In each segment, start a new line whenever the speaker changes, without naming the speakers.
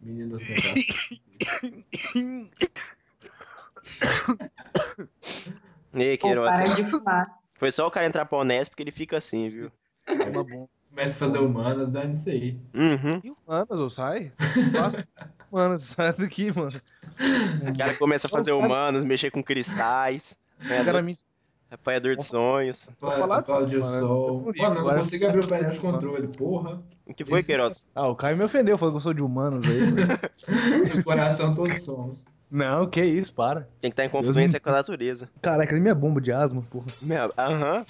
Menino ostentação.
E aí,
Pô,
Queiroz?
para de fumar.
Foi só o cara entrar pra Unesp que ele fica assim, viu?
Uma bomba.
Começa a fazer humanas, dá nisso aí.
Uhum.
E humanas, ou sai? Faço Humanas, sai daqui, mano.
O cara começa a fazer humanos, mexer com cristais, apanhador,
Cara, me-
apanhador de sonhos.
falar
Aplaude o
tudo, mano.
sol.
Eu tô
Pô,
comigo,
não, não
agora.
consigo abrir o painel de controle, porra.
O que foi,
Isso.
Queiroz?
Ah, o Caio me ofendeu, falou que eu sou de humanos aí. mano.
No coração todos somos.
Não, que isso, para.
Tem que estar em confluência com a natureza.
Caraca, ele me é bomba de asma, porra.
Meu, aham.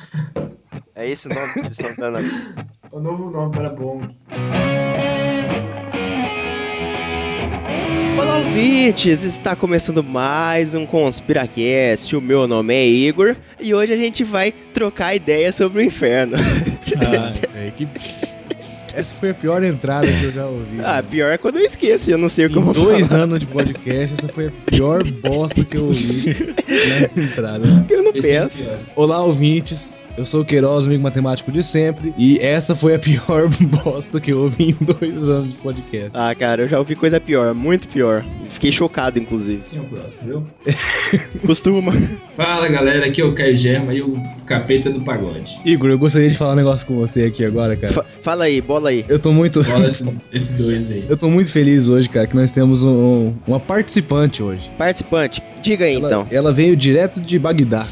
É esse o nome que eles estão dando aqui.
O novo nome para Bong.
Olá, ouvintes! Está começando mais um Conspiracast. O meu nome é Igor e hoje a gente vai trocar ideia sobre o inferno.
Ai, velho, que... Essa foi a pior entrada que eu já ouvi.
Ah, pior é quando eu esqueço, eu não sei o que eu
Em
vou
dois
falar,
anos de podcast, essa foi a pior bosta que eu ouvi na entrada.
porque eu não
Esse é o
penso.
pior.
Olá, ouvintes. Eu sou o Queiroz, amigo matemático de sempre. E essa foi a pior bosta que eu ouvi em dois anos de podcast.
Ah, cara, eu já ouvi coisa pior, muito pior. Fiquei chocado, inclusive.
Quem é o próximo, viu?
Costuma.
Fala galera, aqui é o Caio Germa e o capeta do pagode.
Igor, eu gostaria de falar um negócio com você aqui agora, cara.
Fa- fala aí, bola aí.
Eu tô muito.
Bola esse- esses dois aí.
Eu tô muito feliz hoje, cara, que nós temos um- uma participante hoje.
Participante, diga aí
Ela,
então.
ela veio direto de Bagdá.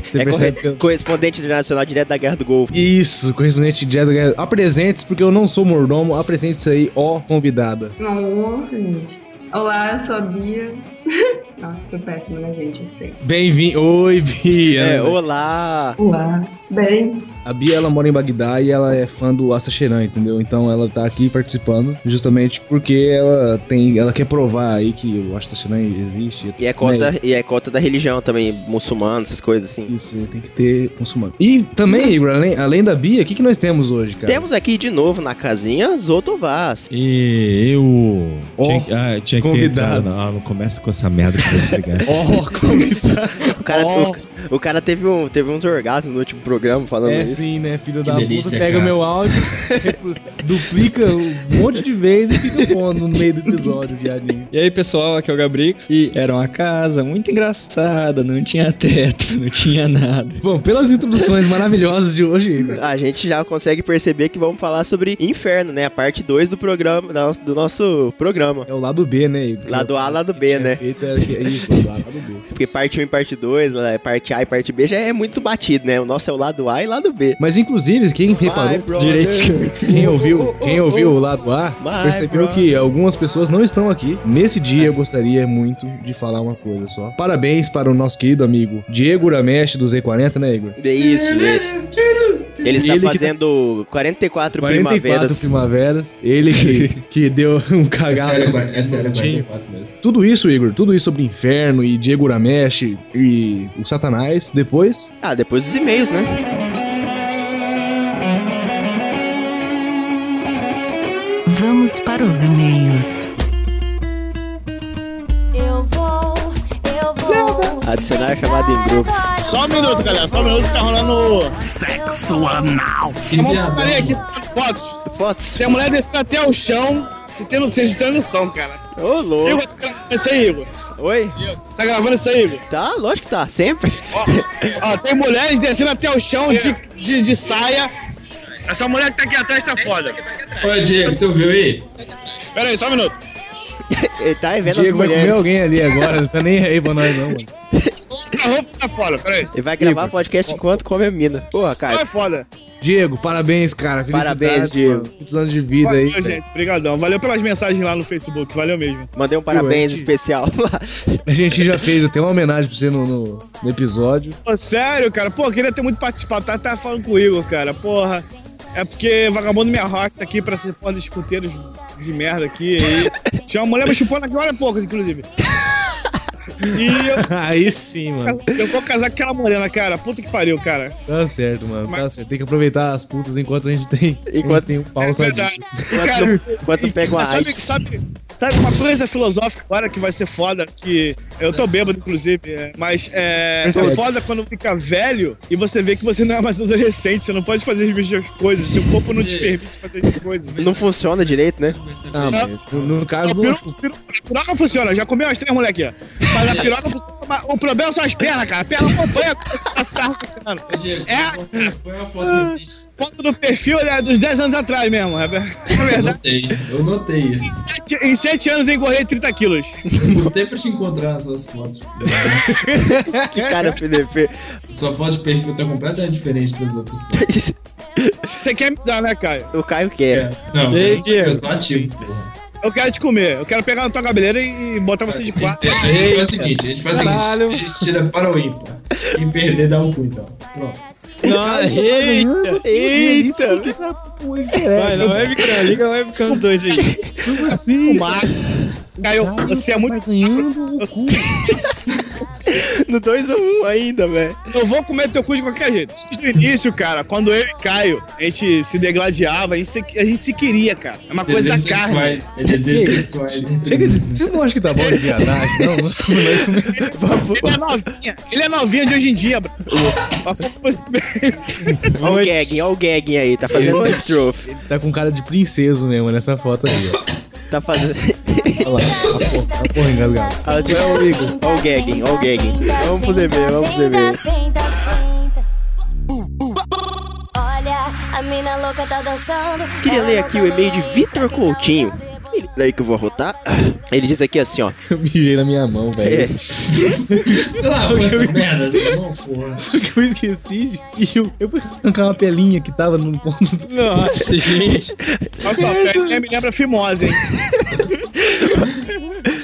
Você
É
percebe
corre-
que eu...
correspondente internacional direto da Guerra do Golfo.
Isso, correspondente direto da guerra. Apresentes, porque eu não sou mordomo, apresente isso aí, ó, convidada.
Não, gente. Olá, eu sou a Bia. Nossa, tô péssima, né, gente? Eu sei.
Bem-vindo. Oi, Bia.
É, olá!
Olá. Bem,
A Bia, ela mora em Bagdá e ela é fã do Asa Cheran, entendeu? Então ela tá aqui participando justamente porque ela tem, ela quer provar aí que o Asa Cheran existe.
E é, cota, e é cota da religião também, muçulmano, essas coisas assim.
Isso, tem que ter muçulmano. E também, Igor, além, além da Bia, o que, que nós temos hoje, cara?
Temos aqui de novo na casinha Zotovaz.
E eu.
Ó,
tinha, que- ah, tinha que ter
convidado.
entrado. Não, não começa com essa merda que eu vou desligar.
Ó, convidado.
O cara,
Ó.
o, o cara teve, um, teve uns orgasmos no último programa falando
É
isso.
sim, né, filho
Que
da
delícia,
puta, pega
cara.
o meu áudio, repro- duplica um monte de vezes e fica pondo no meio do episódio, viadinho.
E aí pessoal, aqui é o Gabrix e era uma casa muito engraçada, não tinha teto, não tinha nada.
Bom, pelas introduções maravilhosas de hoje, Igor.
A gente já consegue perceber que vamos falar sobre inferno, né? A parte 2 do programa, da- do nosso programa.
É o lado B, né? Igor?
Lado A, lado B,
Tinha
né?
feito era que- Isso, lado A, lado B.
Porque parte 1 e parte 2, né, parte A e parte B já é muito batido, né? O nosso é o lado A e lado B.
Mas inclusive, quem
Vai,
reparou,
brother.
quem ouviu, quem ouviu o lado A,
Vai,
percebeu
brother.
que algumas pessoas não estão aqui. Nesse dia eu gostaria muito de falar uma coisa só. Parabéns para o nosso querido amigo Diego Uramesh do Z40, né, Igor?
É isso, ele, ele está
Ele que tá-
fazendo 44,
44
primaveras.
primaveras, ele que, que deu um
É
cagaço.
sério, agora- é sério,
Tinha.
44 mesmo.
Tudo isso, Igor, tudo isso sobre inferno e Diego Uramesh e o Satanás depois.
Ah, depois dos e-mails, né?
Vamos para os e-mails.
Eu vou, eu vou.
Adicionar chamada em grupo.
Só um minuto, galera. Só um minuto que tá rolando.
Sexo anal.
Que
Vamos
viadagem.
parei aqui fotos.
Fotos.
Tem a mulher descendo até o chão. Você tem, vocês têm noção, cara.
Ô, louco.
Igor, tá gravando isso aí, Igor.
Oi?
Tá gravando isso aí, Igor.
Tá, lógico que tá. Sempre.
Ó, tem mulheres descendo até o chão de, de, de saia. Essa mulher que tá aqui atrás tá foda.
Ô Diego, você ouviu aí?
Pera aí, só um minuto.
Ele tá vendo as
Diego vai comer
mulheres.
alguém ali agora, não tá nem aí pra nós não, mano.
A roupa tá foda, pera aí.
Ele vai gravar podcast enquanto come a mina. Porra,
Só é
cara.
foda.
Diego, parabéns, cara. Felicidades,
Parabéns, Diego.
mano. Muitos anos de vida aí.
Valeu,
cara.
gente. Obrigadão. Valeu pelas mensagens lá no Facebook. Valeu mesmo.
Mandei um parabéns
Ué, que-
especial lá.
A gente já fez até uma homenagem pra você no, no- no episódio.
Pô, sério, cara. Pô, queria ter muito participado. Tá, tá falando com o Igor, cara. Porra. É porque vagabundo me arrota aqui pra ser fã dos escuteiros de merda aqui. E... Tinha uma mulher me chupando aqui hora poucas, inclusive. E eu,
aí sim, mano.
eu vou casar com aquela morena, cara. Puta que pariu, cara.
Tá certo, mano. Tá certo. Tem que aproveitar as putas enquanto a gente tem,
Enquanto-
enquanto tem um pau
É
sadio.
verdade.
Enquanto, enquanto pega uma
sabe,
AIDS.
sabe, Sabe uma coisa filosófica agora que vai ser foda, que eu tô bêbado, inclusive, é, mas é, é
Percebe.
foda quando fica velho e você vê que você não é mais um adolescente, você não pode fazer as mesmas coisas, seu corpo não te permite fazer as coisas.
Não funciona direito, né?
Ah,
Tá
mas no, no caso do.
Piroca, piroca, piroca funciona, já comeu umas três moleque. ó. Mas a piroca funciona. mas O problema são as pernas, cara. A perna acompanha. Tá funcionando.
Ô, Diego,
É.
põe uma foto recente.
Foto do perfil é dos 10 anos atrás mesmo. É
Eu
verdade.
notei, eu notei
Em
isso.
7, em sete anos eu engordei 30 quilos.
Eu gostei pra te encontrar nas suas fotos.
Que cara PDP.
Sua foto de perfil tá completamente diferente das outras fotos.
Você quer me dar, né, Caio?
O Caio quer.
Não,
Ei,
eu-
Diego.
eu sou ativo, porra.
Eu quero te comer. Eu quero pegar na tua cabeleira e e botar você de quatro.
A gente faz o seguinte, a gente faz o seguinte, a gente tira para o ímpar. Quem perder dá um cu, então. Pronto.
Não, eita.
Eita!
Vai, na webcam, liga a webcam dos dois aí.
Como assim?
Caio, você é muito.
ganhando o cu.
No 2x1 ainda, velho.
Eu vou comer teu cu de qualquer jeito. Desde o início, cara, quando eu e Caio, a gente se degladiava, a gente se, a gente se queria, cara. É uma coisa da
Desejos
carne.
sexuais. É desejos sexuais.
Chega de.
entendidos.
Vocês não acham que tá bom de viadagem? Não, não, não.
Ele é novinha. Ele é novinha de hoje em dia, bro. Mas como você-
Olha o gagging, olha o gagging aí. Tá fazendo deep truth.
Ele tá com cara de princeso mesmo nessa foto aí, ó.
Tá fazendo.
Olha lá, a porra, a porra engasgada.
Olha o Igor. Olha o gagging, olha o gagging. Vamos pro DB, vamos pro DB.
Olha, a mina louca tá dançando. tá
Queria ler aqui o e-mail de Vitor Coutinho. Ele- Daí que eu vou arrotar. Ele diz aqui assim, ó.
Eu mijei na minha mão,
É,
velho.
Sei lá, foi essa merda, assim, não, porra.
Só que eu esqueci e eu, eu fui arrancar uma pelinha que tava num ponto.
Nossa, gente.
Nossa, a perna me lembra fimose, hein?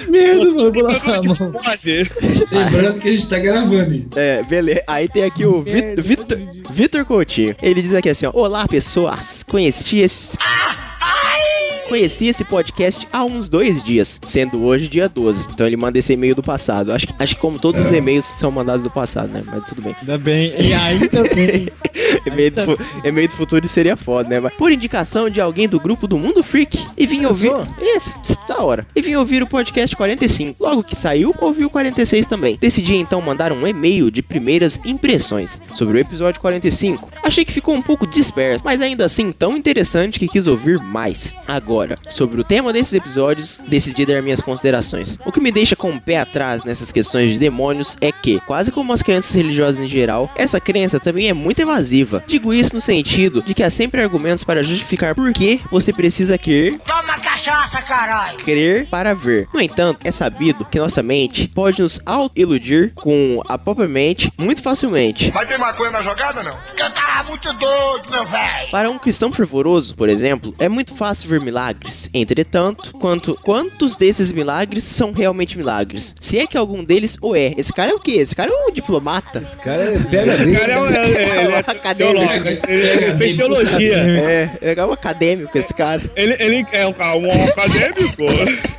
Merda, mano, eu vou
Nossa,
lavar a
de
mão.
fimose.
Lembrando que a gente tá gravando isso.
é, beleza. Aí tem aqui o Vi- Vitor Vitor Coutinho. Ele diz aqui assim, ó. Olá, pessoas. Conheci esse... Conheci esse podcast há uns dois dias, sendo hoje dia 12. Então ele manda esse e-mail do passado. Acho, que- acho que como todos os e-mails são mandados do passado, né? Mas tudo bem.
Ainda bem, e ainda bem.
E-mail É do, fu- e-mail do futuro seria foda, né? Mas por indicação de alguém do grupo do Mundo Freak. E vim ouvir. Isso, isso, da hora. E vim ouvir o podcast 45. Logo que saiu, ouvi o 46 também. Decidi então mandar um e-mail de primeiras impressões sobre o episódio 45. Achei que ficou um pouco disperso, mas ainda assim tão interessante que quis ouvir mais. Agora, sobre o tema desses episódios, decidi dar minhas considerações. O que me deixa com o pé atrás nessas questões de demônios é que, quase como as crenças religiosas em geral, essa crença também é muito evasiva. Digo isso no sentido de que há sempre argumentos para justificar por que você precisa querer crer para ver. No entanto, é sabido que nossa mente pode nos auto-iludir com a própria mente muito facilmente.
Mas tem maconha na jogada, não? Porque eu tava muito doido, meu velho.
Para um cristão fervoroso, por exemplo, é muito fácil ver milagres. Entretanto, quanto, quantos desses milagres são realmente milagres? Se é que algum deles o é. Esse cara é o quê? Esse cara é um diplomata?
Esse cara é pega
Esse cara é um. é- é- ele é
acadêmico.
teólogo. Ele- Ele fez teologia.
É, é um acadêmico esse cara.
Ele, ele é um, um acadêmico.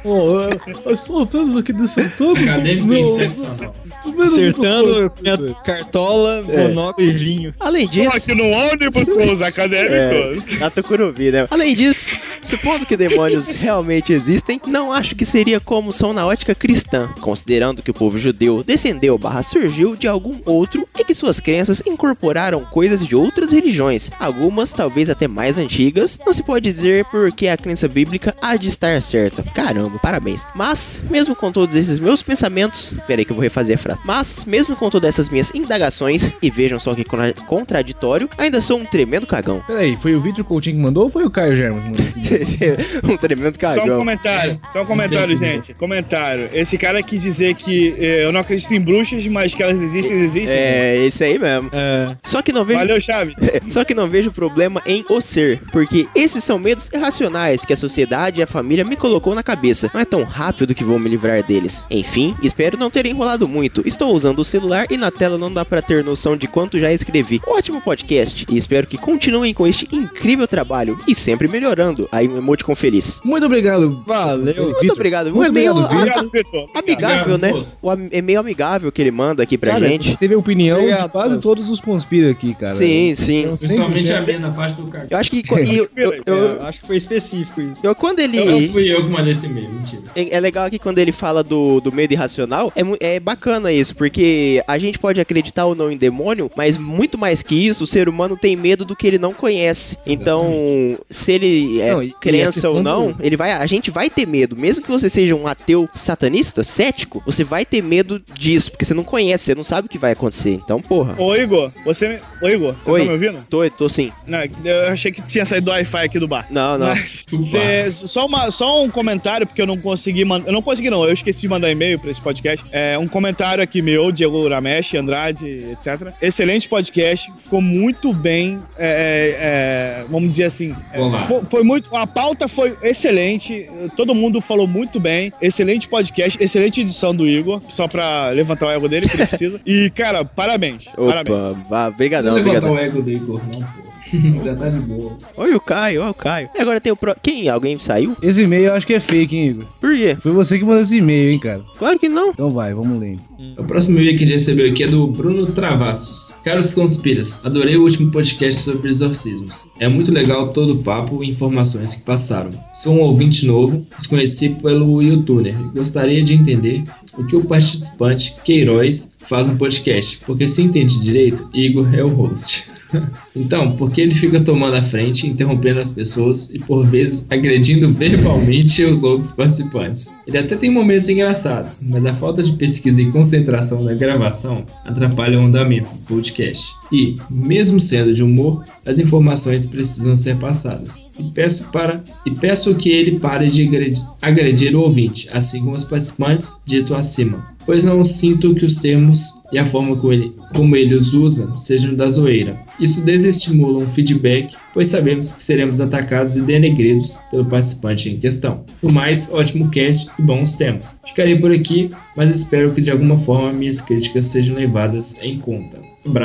Pô, eu, eu estou apenas aqui descertando.
Acadêmico e sensacional.
Acertando minha cartola, monóculo e vinho.
Além
Estou
disso.
aqui no ônibus com os
É.
acadêmicos.
Na Tucuruvi, né? Além disso, supondo que demônios realmente existem, não acho que seria como são na ótica cristã, considerando que o povo judeu descendeu barra surgiu de algum outro e que suas crenças incorporaram coisas de outras religiões, algumas talvez até mais antigas, não se pode dizer porque a crença bíblica há de estar certa. Caramba, parabéns. Mas, mesmo com todos esses meus pensamentos, peraí que eu vou refazer a frase, mas, mesmo com todas essas minhas indagações, e vejam só que contra- contraditório, ainda sou um tremendo cagão.
Peraí, foi o Vitor Coutinho que mandou ou foi o Caio Germas que mandou esse vídeo?
um tremendo
Só um
cagão.
comentário, só um comentário,
Entendi.
gente. Comentário. Esse cara quis dizer que eh, eu não acredito em bruxas, mas que elas existem, existem.
É, isso aí mesmo.
É,
Só que não vejo,
Valeu, Chaves.
só que não vejo problema em o ser, porque esses são medos irracionais que a sociedade e a família me colocou na cabeça. Não é tão rápido que vou me livrar deles. Enfim, espero não ter enrolado muito. texto. Estou usando o celular e na tela não dá pra ter noção de quanto já escrevi. Ótimo podcast e espero que continuem com este incrível trabalho e sempre melhorando. Aí um emoticon feliz.
Muito obrigado.
Valeu.
Vitor.
Muito obrigado. Um
Muito
e-mail
obrigado,
a-
Obrigado, Vitor. Obrigado.
amigável, né?
Obrigado.
O am- e-mail amigável que ele manda aqui pra
Cara,
gente.
Teve opinião de
Obrigado,
quase
Carlos.
todos os conspira aqui, cara.
Sim, sim.
Então,
Principalmente
100%.
a minha na parte do cagão.
Eu acho que. co- e eu- eu- eu-
Eu acho que foi específico isso.
eu- quando ele.
Eu não fui eu que mandei esse e-mail, mentira.
É é legal que quando ele fala do, do medo irracional, é, mu- é bacana isso, porque a gente pode acreditar ou não em demônio, mas muito mais que isso, o ser humano tem medo do que ele não conhece. Então, se ele é
Não, e- e a
crença
questão
ou não,
do-
ele vai, a gente vai ter medo. Mesmo que você seja um ateu satanista, cético, você vai ter medo disso, porque você não conhece, você não sabe o que vai acontecer. Então, porra.
Ô, Igor, você me... Ô, Igor, você
Oi.
tá me ouvindo?
Tô, tô sim.
Não, eu achei que tinha saído do Wi-Fi aqui do bar.
Não, não.
Mas, cê- só, uma- só um comentário, porque eu não consegui mandar. Eu não consegui, não. Eu esqueci de mandar e-mail pra esse podcast. É, um comentário aqui meu, Diego Ramesh, Andrade, etc. Excelente podcast. Ficou muito bem. é, é, é, vamos dizer assim. é,
Olá.
fo- foi muito. A pauta foi excelente. Todo mundo falou muito bem. Excelente podcast. Excelente edição do Igor. Só pra levantar o ego dele, que ele precisa. E, cara, parabéns. Parabéns.
Opa, vá,
Não
obrigadão,
levantar
obrigadão.
o ego do Igor, não, pô. Já tá de boa.
Olha o Caio, olha o Caio. E agora tem o pro... Quem? Alguém saiu?
Esse e-mail eu acho que é fake, hein, Igor?
Por quê?
Foi você que mandou esse e-mail, hein, cara?
Claro que não.
Então vai, vamos ler.
O próximo e-mail que a gente recebeu aqui é do Bruno Travassos. Caros Conspiras, adorei o último podcast sobre exorcismos. É muito legal todo o papo e informações que passaram. Sou um ouvinte novo, os conheci pelo YouTuner e gostaria de entender o que o participante Queiroz faz no podcast, porque se entende direito, Igor é o host. Então, por que ele fica tomando a frente, interrompendo as pessoas e por vezes agredindo verbalmente os outros participantes? Ele até tem momentos engraçados, mas a falta de pesquisa e concentração na gravação atrapalha o andamento do podcast. E, mesmo sendo de humor, as informações precisam ser passadas. E peço para e peço que ele pare de agredi- agredir o ouvinte, assim como os participantes dito acima pois não sinto que os termos e a forma como ele, como ele os usa sejam da zoeira. Isso desestimula um feedback, pois sabemos que seremos atacados e denegridos pelo participante em questão. No mais, ótimo cast e bons temas. Ficarei por aqui, mas espero que de alguma forma minhas críticas sejam levadas em conta.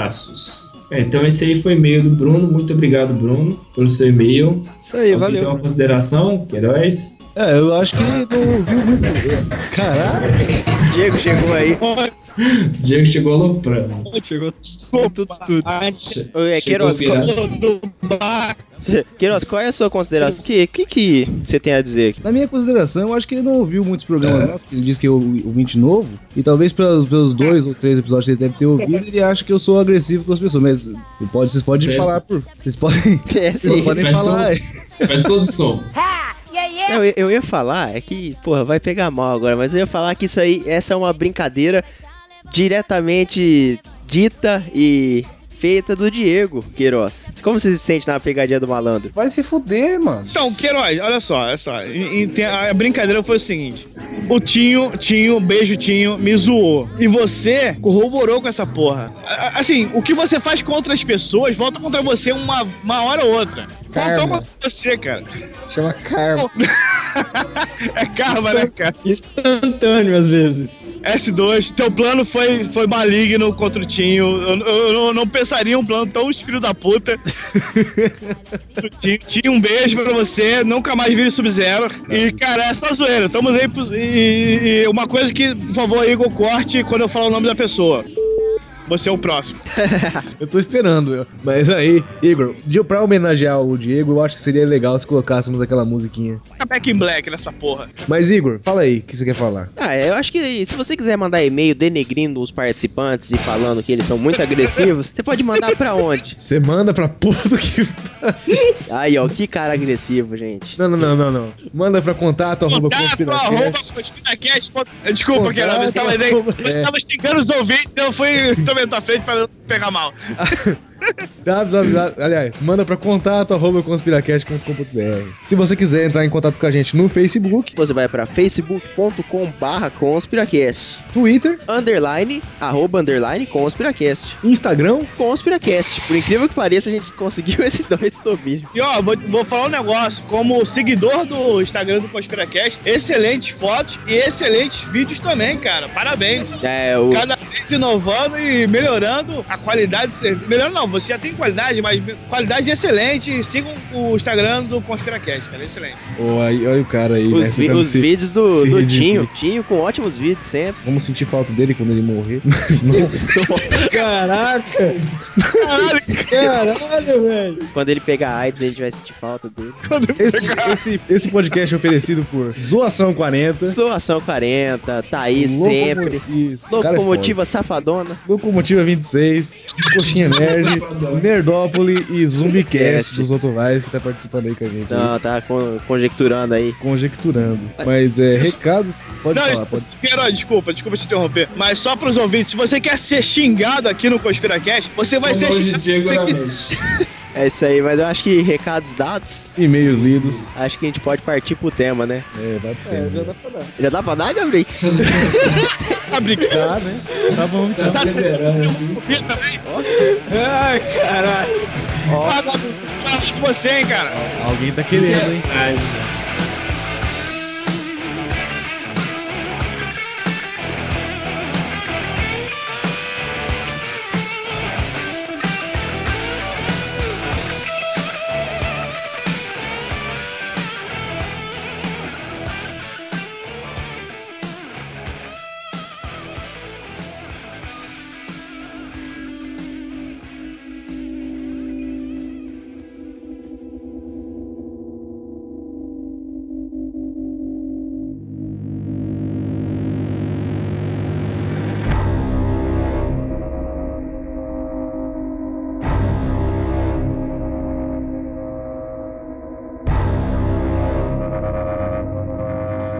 Abraços. É, então esse aí foi o e-mail do Bruno. Muito obrigado, Bruno, pelo seu e-mail.
Isso aí,
Alguém tem
valeu.
uma consideração, Queiroz.
então. É, eu acho que não ouviu muito. É, Caraca,
Diego chegou aí.
Diego chegou aloprando.
Chegou tudo, tudo.
Che-
Oi, é,
chegou
Queiroz,
virado.
Do bar.
Queiroz, qual é a sua consideração? O que, que, que você tem a dizer aqui?
na minha consideração, eu acho que ele não ouviu muitos programas nossos, que ele diz que é o ouvinte novo, e talvez pelos, pelos dois ou três episódios que ele deve ter ouvido, ele acha que eu sou agressivo com as pessoas, mas pode, vocês podem
Sim.
falar por... Vocês podem,
É,
vocês
assim,
podem
Mas
falar...
todos- Mas todos somos.
não, eu, eu ia falar, é que, porra, vai pegar mal agora, mas eu ia falar que isso aí, essa é uma brincadeira diretamente dita e feita do Diego Queiroz. Como você se sente na pegadinha do malandro?
Vai se fuder, mano.
Então, Queiroz, olha só, olha só. E- e tem- A brincadeira foi o seguinte: o Tinho, Tinho, beijo Tinho, me zoou. E você corroborou com essa porra. A- a- Assim, o que você faz contra as pessoas volta contra você uma, uma hora ou outra. Voltou
Karma.
contra você, cara.
Chama karma.
É karma, né, cara?
Instantâneo, às vezes.
S2, teu plano foi, foi maligno contra o Tinho. Eu, eu- eu não- não pensaria em um plano tão filho da puta. Tinho, Tinho, um beijo pra você. Nunca mais vire Sub-Zero. E, cara, é só zoeira. Estamos aí. pros- E, e uma coisa que, por favor, Igor, corte quando eu falar o nome da pessoa. Você é o próximo.
Eu tô esperando, eu. mas aí, Igor, de- pra homenagear o Diego, eu acho que seria legal se colocássemos aquela musiquinha.
Fica back in black nessa porra.
Mas, Igor, fala aí, o que você quer falar?
Ah, eu acho que se você quiser mandar e-mail denegrindo os participantes e falando que eles são muito agressivos, você pode mandar pra onde?
Você manda pra puta que.
Aí, ó, que cara agressivo, gente.
Não, não, não, não, não. Manda pra contato, arroba
Contato, arroba, conspiracast. Desculpa,
Contato,
Queiroz, você tava,
arroba-
você
é.
tava xingando os ouvintes, eu fui também na tua frente pra não pegar mal.
www, aliás, manda pra contato arroba conspiracast.com.br. Se você quiser entrar em contato com a gente no Facebook,
Você vai pra facebook.com barra conspiracast.
Twitter,
Underline, arroba underline conspiracast.
Instagram,
Conspiracast. Por incrível que pareça, a gente conseguiu esse, esse domínio.
E ó, vou, vou falar um negócio. Como seguidor do Instagram do ConspiraCast, excelentes fotos e excelentes vídeos também, cara. Parabéns.
É, o...
Cada vez inovando e melhorando a qualidade do serviço. Melhorando não, você já tem qualidade, mas qualidade excelente. Sigam o Instagram do ConspiraCast, cara. Excelente.
Ô, aí, olha o cara aí,
Os,
né?
vi-
Ficando
os
se-
vídeos do,
se
do Tinho.
ridículo.
Tinho com ótimos vídeos sempre.
Vamos sentir falta dele quando ele morrer.
Caraca! Caralho! Caralho, velho!
Quando ele pegar AIDS, a gente vai sentir falta dele.
esse, esse, esse podcast é oferecido por Zoação 40.
Soação 40, Thaís sempre.
Isso, cara é
Locomotiva safadona.
foda. Locomotiva 26, Coxinha Nerd, Nerdópole e Zumbicast dos Otovais que tá participando aí com a gente.
Não, tá con- conjecturando aí.
Conjecturando. Mas é, recados, pode
não,
falar.
isso,
Pode...
isso- Quero, desculpa, desculpa te interromper. Mas só pros ouvintes, se você quer ser xingado aqui no ConspiraCast, você vai ser
Hoje,
xingado.
Diego
você
na
quiser.
mente.
É isso aí, mas eu acho que recados dados,
E-mails lidos.
acho que a gente pode partir pro tema, né?
É, dá pra ter, né?
Já dá pra dar, Gabriel?
Tá brincando.
Dá, né? Tá bom.
Tá
Sabe-
liberando, assim.
Isso também.
Ai, caralho!
Ah, tá- tá com você, hein, cara.
Alguém tá querendo, hein?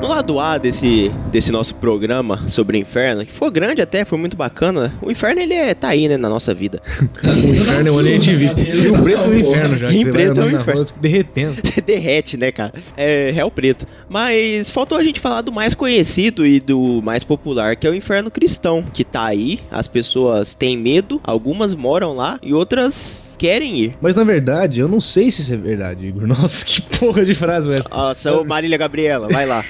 No lado A desse, desse nosso programa sobre o inferno, que foi grande até, foi muito bacana. O inferno, ele é, tá aí, né, na nossa vida.
O inferno é onde a gente vive. Rio Preto é o inferno já. que
Rio
você vai
Preto é o
andando na
inferno.
rua, você fica derretendo.
Você derrete, né, cara? É réu preto. Mas faltou a gente falar do mais conhecido e do mais popular, que é o inferno cristão, que tá aí, as pessoas têm medo, algumas moram lá e outras querem ir.
Mas na verdade, eu não sei se isso é verdade, Igor. Nossa, que porra de frase, velho.
Nossa, ô Marília Gabriela, vai lá.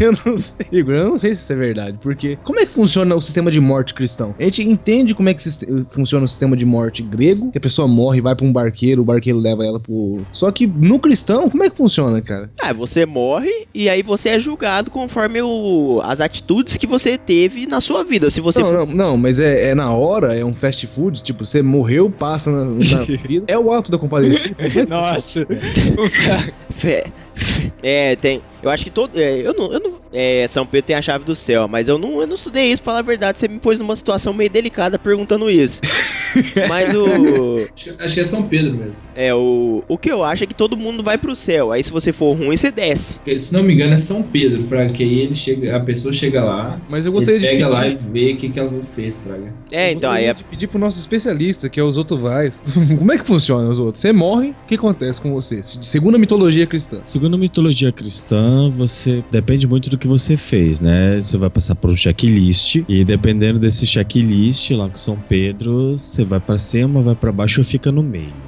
Eu não sei, Igor, eu não sei se isso é verdade, porque como é que funciona o sistema de morte cristão? A gente entende como é que siste- funciona o sistema de morte grego, que a pessoa morre, vai pra um barqueiro, o barqueiro leva ela pro... Só que no cristão, como é que funciona, cara?
Ah, você morre e aí você é julgado conforme o- as atitudes que você teve na sua vida. Se você
Não,
for-
não, não, mas é, é na hora, é um fast food, tipo, você morreu, passa na, na vida. É o ato da compadecida.
Nossa!
Fé. É, tem. Eu acho que todo. é, eu não. Eu não é, São Pedro tem a chave do céu, mas eu não, eu não estudei isso, pra falar a verdade. Você me pôs numa situação meio delicada perguntando isso. mas o.
Acho acho que é São Pedro mesmo.
É, o. O que eu acho é que todo mundo vai pro céu. Aí se você for ruim, você desce.
Porque, Se não me engano, é São Pedro, Fraga. Que aí ele chega, a pessoa chega lá,
Mas eu
ele
gostaria de
pega
pedir,
lá e vê o que, que ela fez, Fraga.
É,
eu
então aí
gostaria
é.
de pedir pro nosso especialista, que é os Otovais, como é que funciona os outros? Você morre, o que acontece com você? Se- Segundo a mitologia cristã.
Segundo a mitologia cristã, você depende muito do que você fez, né? Você vai passar por um checklist e dependendo desse checklist lá com São Pedro, você vai pra cima, vai pra baixo ou fica no meio.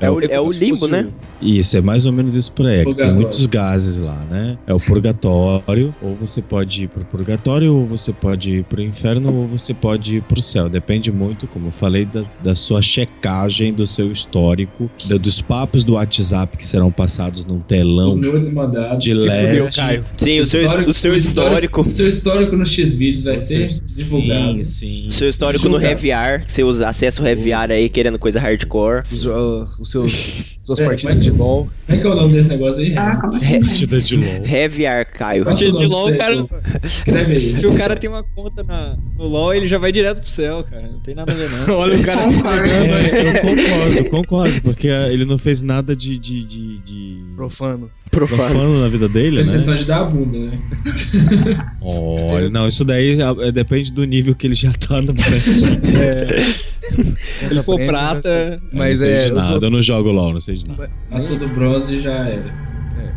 É o,
é
é o
como se
limbo,
fosse
né?
Isso, é mais ou menos isso por aí. é que Tem
Purgatório.
muitos gases lá, né? É o purgatório, ou você pode ir pro purgatório, ou você pode ir pro inferno, ou você pode ir pro céu. Depende muito, como eu falei, da, da sua checagem, do seu histórico, da- dos papos do WhatsApp que serão passados num telão
Os nudes mandados.
de
fudeu,
LED.
Caio.
Sim, o seu, o seu histórico.
O seu histórico no Xvideos vai ser
Sim,
divulgado.
Sim,
O seu histórico no
Julgado.
Reviar, que você usa, acessa o Reviar aí querendo coisa hardcore.
os, ah, os seus, suas
É,
partidas
mas-
de LOL.
Como é que é o nome desse negócio aí?
Ah, calma aí.
Partida de LOL.
Reviar, Caio.
Qual é o nome
De LOL,
desse-
cara-
Escreve aí.
Se o cara tem uma conta na, no LoL, ele já vai direto pro céu, cara. Não tem nada a ver, não.
Olha o cara se
Concordo.
entregando aí.
É, eu concordo, eu concordo, porque ele não fez nada de, de, de, de
Profano.
profano na vida
Com
dele, né?
exceção é de dar a bunda, né?
Olha, não, isso daí é- é- depende do nível que ele já tá no Brasil.
Se for prata.
Mas
Mas não sei
é,
de
eu
nada,
sou-
eu não jogo LOL, não sei de nada.
Passou do bronze já era.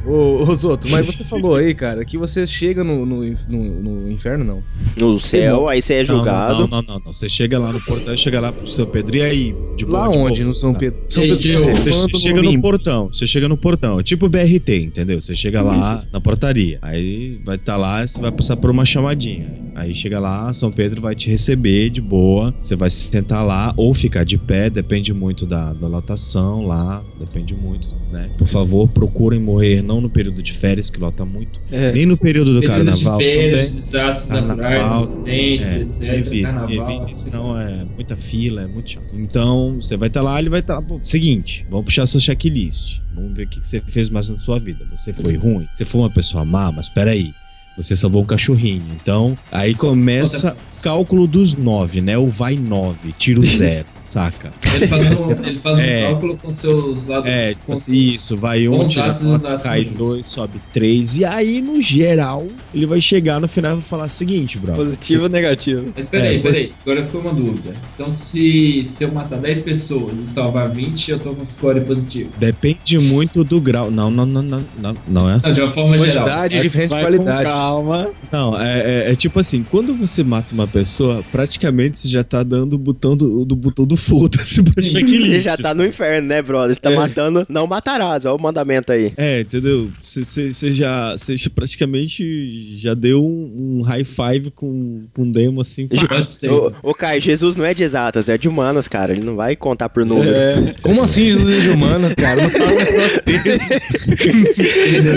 Ô, ô Zoto, mas você falou aí, cara, que você chega no, no, no- no inferno, não.
No céu, aí você é
Não,
julgado.
Não, não, não, não. Você chega lá no portão, chega lá pro São Pedro, e aí? De
Lá
boa, de
onde?
boa?
No São
Tá.
Pedro. São
Ei,
Pedro
Gil,
tá
Você
fumando
chega
no
no
limbo.
portão, você chega no portão, é tipo BRT, entendeu? Você chega lá na portaria, aí vai estar lá, você vai passar por uma chamadinha. Aí chega lá, São Pedro vai te receber de boa, você vai se sentar lá ou ficar de pé, depende muito da, da lotação lá, depende muito, né? Por favor, procurem morrer não no período de férias, que lota muito,
É.
nem no período do
Período
carnaval.
de
também.
férias, desastres
Carnaval,
naturais, acidentes, etc.
Evite,
carnaval.
evite, senão é muita fila, é muito chato. Então, você vai estar lá, ele vai estar lá. pô, Seguinte, vamos puxar sua checklist. Vamos ver o que, que você fez mais na sua vida. Você foi ruim? Você foi uma pessoa má? Mas peraí, você salvou um cachorrinho. Então, aí começa o cálculo dos nove, né? Ou vai nove, tira o zero, saca?
Tá.
Ele faz um, ele faz um
É.
cálculo com seus lados.
É,
com seus-
isso, vai um,
bons
tira
atos e
quatro,
os atos
cai
ruins.
dois, sobe três. E aí, no geral, ele vai chegar no final e vai falar o seguinte, bro.
Positivo ou negativo?
Mas peraí,
É,
peraí.
você-
Agora ficou uma dúvida. Então, se, se eu matar 10 pessoas e salvar 20, eu tô com um score positivo.
Depende muito do grau. Não, não, não, não, não,
Não,
não é assim.
de uma forma geral. É,
Quantidade, diferente de
Vai com
qualidade.
calma.
Não, é, é- é tipo assim, quando você mata uma pessoa, praticamente você já tá dando o botão do, do botão do foda-se pra checklist.
Você já tá no inferno, né, brother? Você tá
É.
matando, não matarás, ó o mandamento aí.
É, entendeu? Você- Você você já, você já praticamente já deu um, um high five com, com um demo assim. pá.
Pode ser.
Ô, ô, Caio, Jesus não é de exatas, é de humanas, cara. Ele não vai contar por número.
Como assim Jesus é de humanas, cara? Não fala um negócio desse.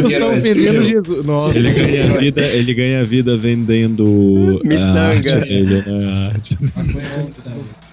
Vocês estão ofendendo Jesus. Nossa.
Ele ganha a vida, ele ganha a vida vendendo a
Miçanga.
arte dele, né? A arte.
é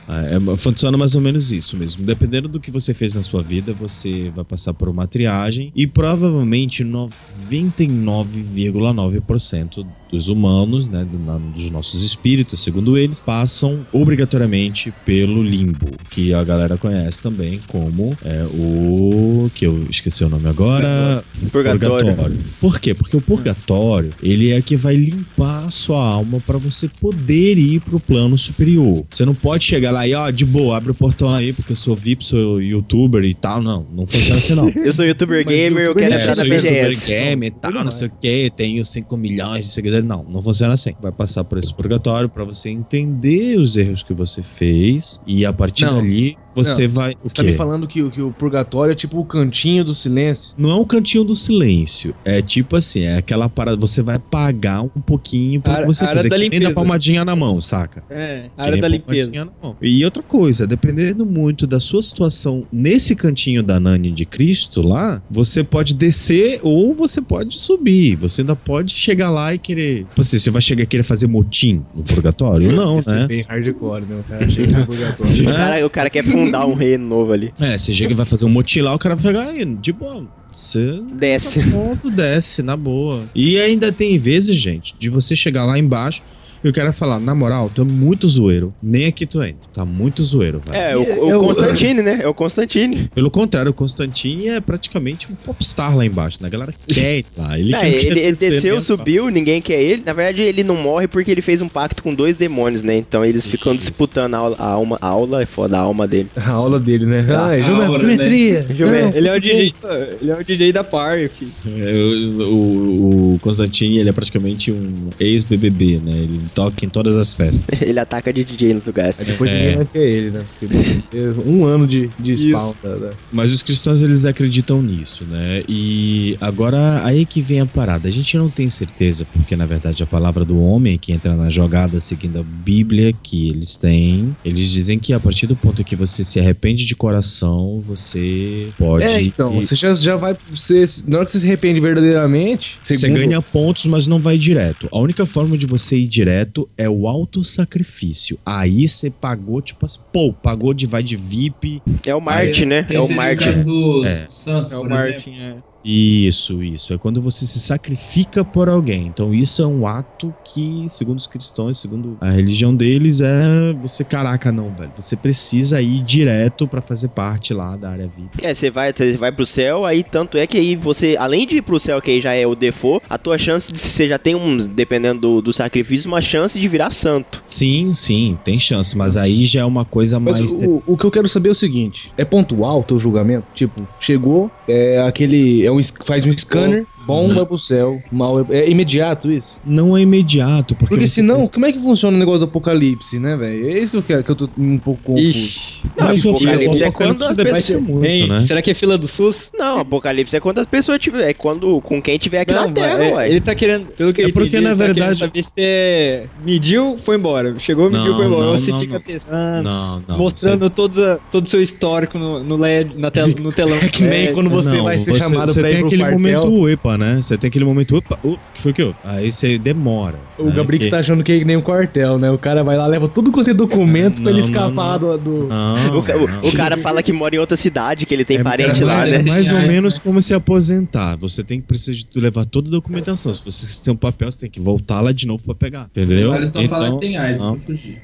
Ah, é, funciona mais ou menos isso mesmo. Dependendo do que você fez na sua vida, você vai passar por uma triagem e provavelmente 99,9% dos humanos, né, do- na- dos nossos espíritos, segundo eles, passam obrigatoriamente pelo limbo, que a galera conhece também como é, o que eu esqueci o nome agora,
Purgatório.
por quê? Porque o purgatório, ele é que vai limpar a sua alma pra você poder ir pro plano superior. Você não pode chegar lá e, ó, de boa, abre o portão aí, porque eu sou VIP, sou youtuber e tal. Não, não funciona assim não.
Eu sou youtuber gamer, eu quero
É,
entrar na
sou youtuber
BGS.
game e tal, não sei o que, tenho 5 milhões de seguidores. Não, não funciona assim. Vai passar por esse purgatório pra você entender os erros que você fez e a partir
Não.
dali você vai. O
Você tá me
quê?
falando que, o- que o purgatório é tipo o cantinho do silêncio?
Não é um cantinho do silêncio. É tipo assim, é aquela parada. Você vai pagar um pouquinho pelo que
Área-
você
área
fez. É
da
que nem
limpeza.
da palmadinha na mão, saca?
É,
Que
área
nem
da limpeza.
palmadinha na mão. E outra coisa, dependendo muito da sua situação nesse cantinho da Nani de Cristo lá, você pode descer ou você pode subir. Você ainda pode chegar lá e querer. Tipo assim, você vai chegar e querer fazer motim no purgatório? Não,
Esse é
né?
bem hardcore, meu cara. Chega no purgatório.
O cara, o cara quer fundar um reino novo ali.
É, você chega e vai fazer um motim lá, o cara vai pegar aí, de boa. Você
Desce.
Tá Ponto, desce, na boa. E ainda tem vezes, gente, de você chegar lá embaixo e o cara falar, na moral, tu é muito zoeiro. Nem aqui tu entra. Tá muito zoeiro, velho.
É, o, o Constantine, né? É o Constantine.
Pelo contrário, o Constantine é praticamente um popstar lá embaixo, né? A galera quer ir lá. Ele,
É,
quer
ele, ele
descer
desceu,
mesmo,
subiu, ninguém quer ele. Na verdade, ele não morre porque ele fez um pacto com dois demônios, né? Então eles ficam
Isso.
disputando a aula, a alma, a aula é foda, a alma dele.
A aula dele, né?
Ah,
Ai,
a
geome-
aula,
geometria.
Geometria.
Não,
Ele é o DJ, ele é o DJ da party. filho.
É, o, o- o Constantine, ele é praticamente um ex-BBB, né? Ele toca em todas as festas.
Ele ataca de DJ nos lugares.
Aí depois
É.
ninguém mais quer ele, né? Porque teve um ano de, de né?
Isso.
spawn. da- da-
Mas os cristãos eles acreditam nisso, né? E agora aí que vem a parada. A gente não tem certeza, porque na verdade a palavra do homem que entra na jogada seguindo a Bíblia que eles têm, eles dizem que a partir do ponto que você se arrepende de coração, você pode
É, então,
e-
você já, já vai. Você, na hora que você se arrepende verdadeiramente,
Você
segundo-
ganha pontos, mas não vai direto. A única forma de você ir direto é o autossacrifício. Aí você pagou, tipo assim, pô, pagou de vai de VIP,
É o Marte, né?
Tem
É o
seria o
Marte.
caso dos
É.
Santos,
É o
por exemplo.
Martin, é.
Isso, isso. É quando você se sacrifica por alguém. Então, isso é um ato que, segundo os cristãos, segundo a religião deles, é você, caraca, não, velho. Você precisa ir direto pra fazer parte lá da área VIP.
É, você vai, você vai pro céu, aí tanto é que aí você, além de ir pro céu, que aí já é o default, a tua chance de você já tem uns, dependendo do, do sacrifício, uma chance de virar santo.
Sim, sim, tem chance, mas aí já é uma coisa
Mas
mais.
o, o que eu quero saber é o seguinte: é pontual o teu julgamento? Tipo, chegou, é aquele. É um, es- faz um scanner, bom
Uhum.
vai pro céu, mal é, é imediato isso?
Não é imediato, porque.
Porque
você
senão,
pensa-
como é que funciona o negócio do apocalipse, né, velho? É isso que eu quero, que eu tô um pouco confuso.
Ixi.
Mas
Não,
o
apocalipse é quando
apocalipse
as
vai ser
pessoas-
muito,
Hein,
né?
Será que é fila do SUS?
Não, apocalipse é quando as pessoas tiver, é quando com quem tiver aqui na
Não,
Terra,
é-
ué.
Ele tá querendo, pelo que
É
eu
porque,
entendi,
na
ele tá
verdade-
querendo saber se é mediu, foi embora. Chegou, mediu,
Não,
foi embora.
não,
Ou se
não,
fica
não.
testando,
Não, não.
mostrando todos a- todo o seu histórico no, no LED, na tela, no telão.
É que nem
É,
quando você
Não,
vai ser chamado
você
pra
tem
ir pro
aquele
quartel.
momento epa, né? Você tem aquele momento opa, o que foi que eu? Aí você demora.
O
né?
Gabrix
Que-
tá achando que é que nem um quartel, né? O cara vai lá, leva tudo quanto é documento pra ele
Não, não,
escapar do. do-
Não,
O, ca-
é, não.
o- o cara fala que mora em outra cidade, que ele tem
É
parente lá,
mais-
né?
é mais ou
Tem reais,
menos como se aposentar. Você tem que precisar de levar toda a documentação. Se você tem um papel, você tem que voltar lá de novo pra pegar. Entendeu?
Ele só fala que tem AIDS
Então, não.
pra fugir.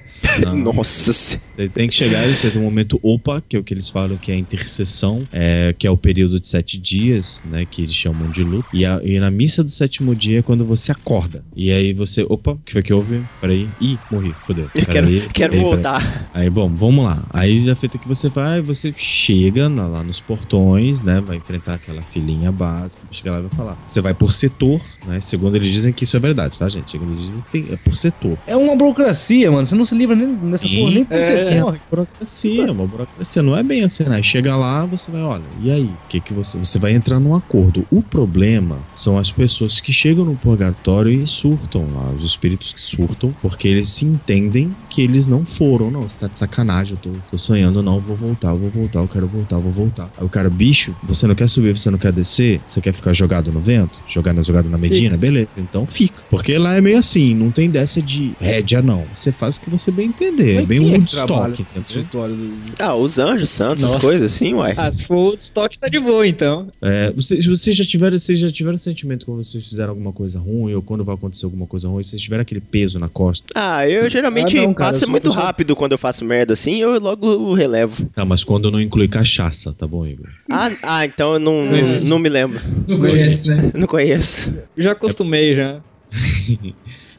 não.
Nossa se-
Ele tem que chegar e você tem um momento opa, que é o que eles falam que é a intercessão, é, que é o período de sete dias, né? Que eles chamam de luto. E, a- e na missa do sétimo dia é quando você acorda. E aí você, opa, o que foi que houve? Peraí. Ih, morri, fodeu.
Eu quero,
Peraí,
quero
peraí, peraí.
voltar.
Aí, bom, vamos lá. Aí, já é feito que você vai, você chega na- lá nos portões, né? Vai enfrentar aquela filinha básica, vai chegar lá e vai falar. Você vai por setor, né? Segundo eles dizem que isso é verdade, tá, gente? Segundo eles dizem que tem, é por setor.
É uma burocracia, mano. Você não se livra nem dessa
Sim.
porra, nem pra você.
É, é
Porra,
uma burocracia, é uma burocracia. Não é bem assim, né? Chega lá, você vai, olha, e aí? O que que você... Você vai entrar num acordo. O problema são as pessoas que chegam no purgatório e surtam lá, os espíritos que surtam, porque eles se entendem que eles não foram. Não, você tá de sacanagem, eu tô, tô sonhando, não, eu vou voltar, eu vou voltar, eu quero voltar, eu vou voltar. Aí o cara, bicho, você não quer subir, você não quer descer? Você quer ficar jogado no vento? Jogar na jogada na Medina? Beleza, então fica. Porque lá é meio assim, não tem dessa de rédea, não. Você faz o que você bem entender. É
mas
bem
quem
um
é que trabalha
Woodstock,
nesse
entendeu?
escritório do-
Ah, os anjos santos, essas
Nossa.
coisas assim, ué.
Ah, se for o estoque, tá de boa, então.
É, vocês, vocês já tiveram, vocês já tiveram sentimento quando vocês fizeram alguma coisa ruim ou quando vai acontecer alguma coisa ruim, vocês tiveram aquele peso na costa.
Ah, eu geralmente
Ah, não, cara, eu
passa
sou
muito
pessoa-
rápido quando eu faço merda assim, eu logo relevo.
Tá, mas quando não inclui cachaça, tá bom, Igor?
Ah, ah então eu não, não, não me lembro.
Não conhece, né?
Não conheço.
Eu já acostumei, já.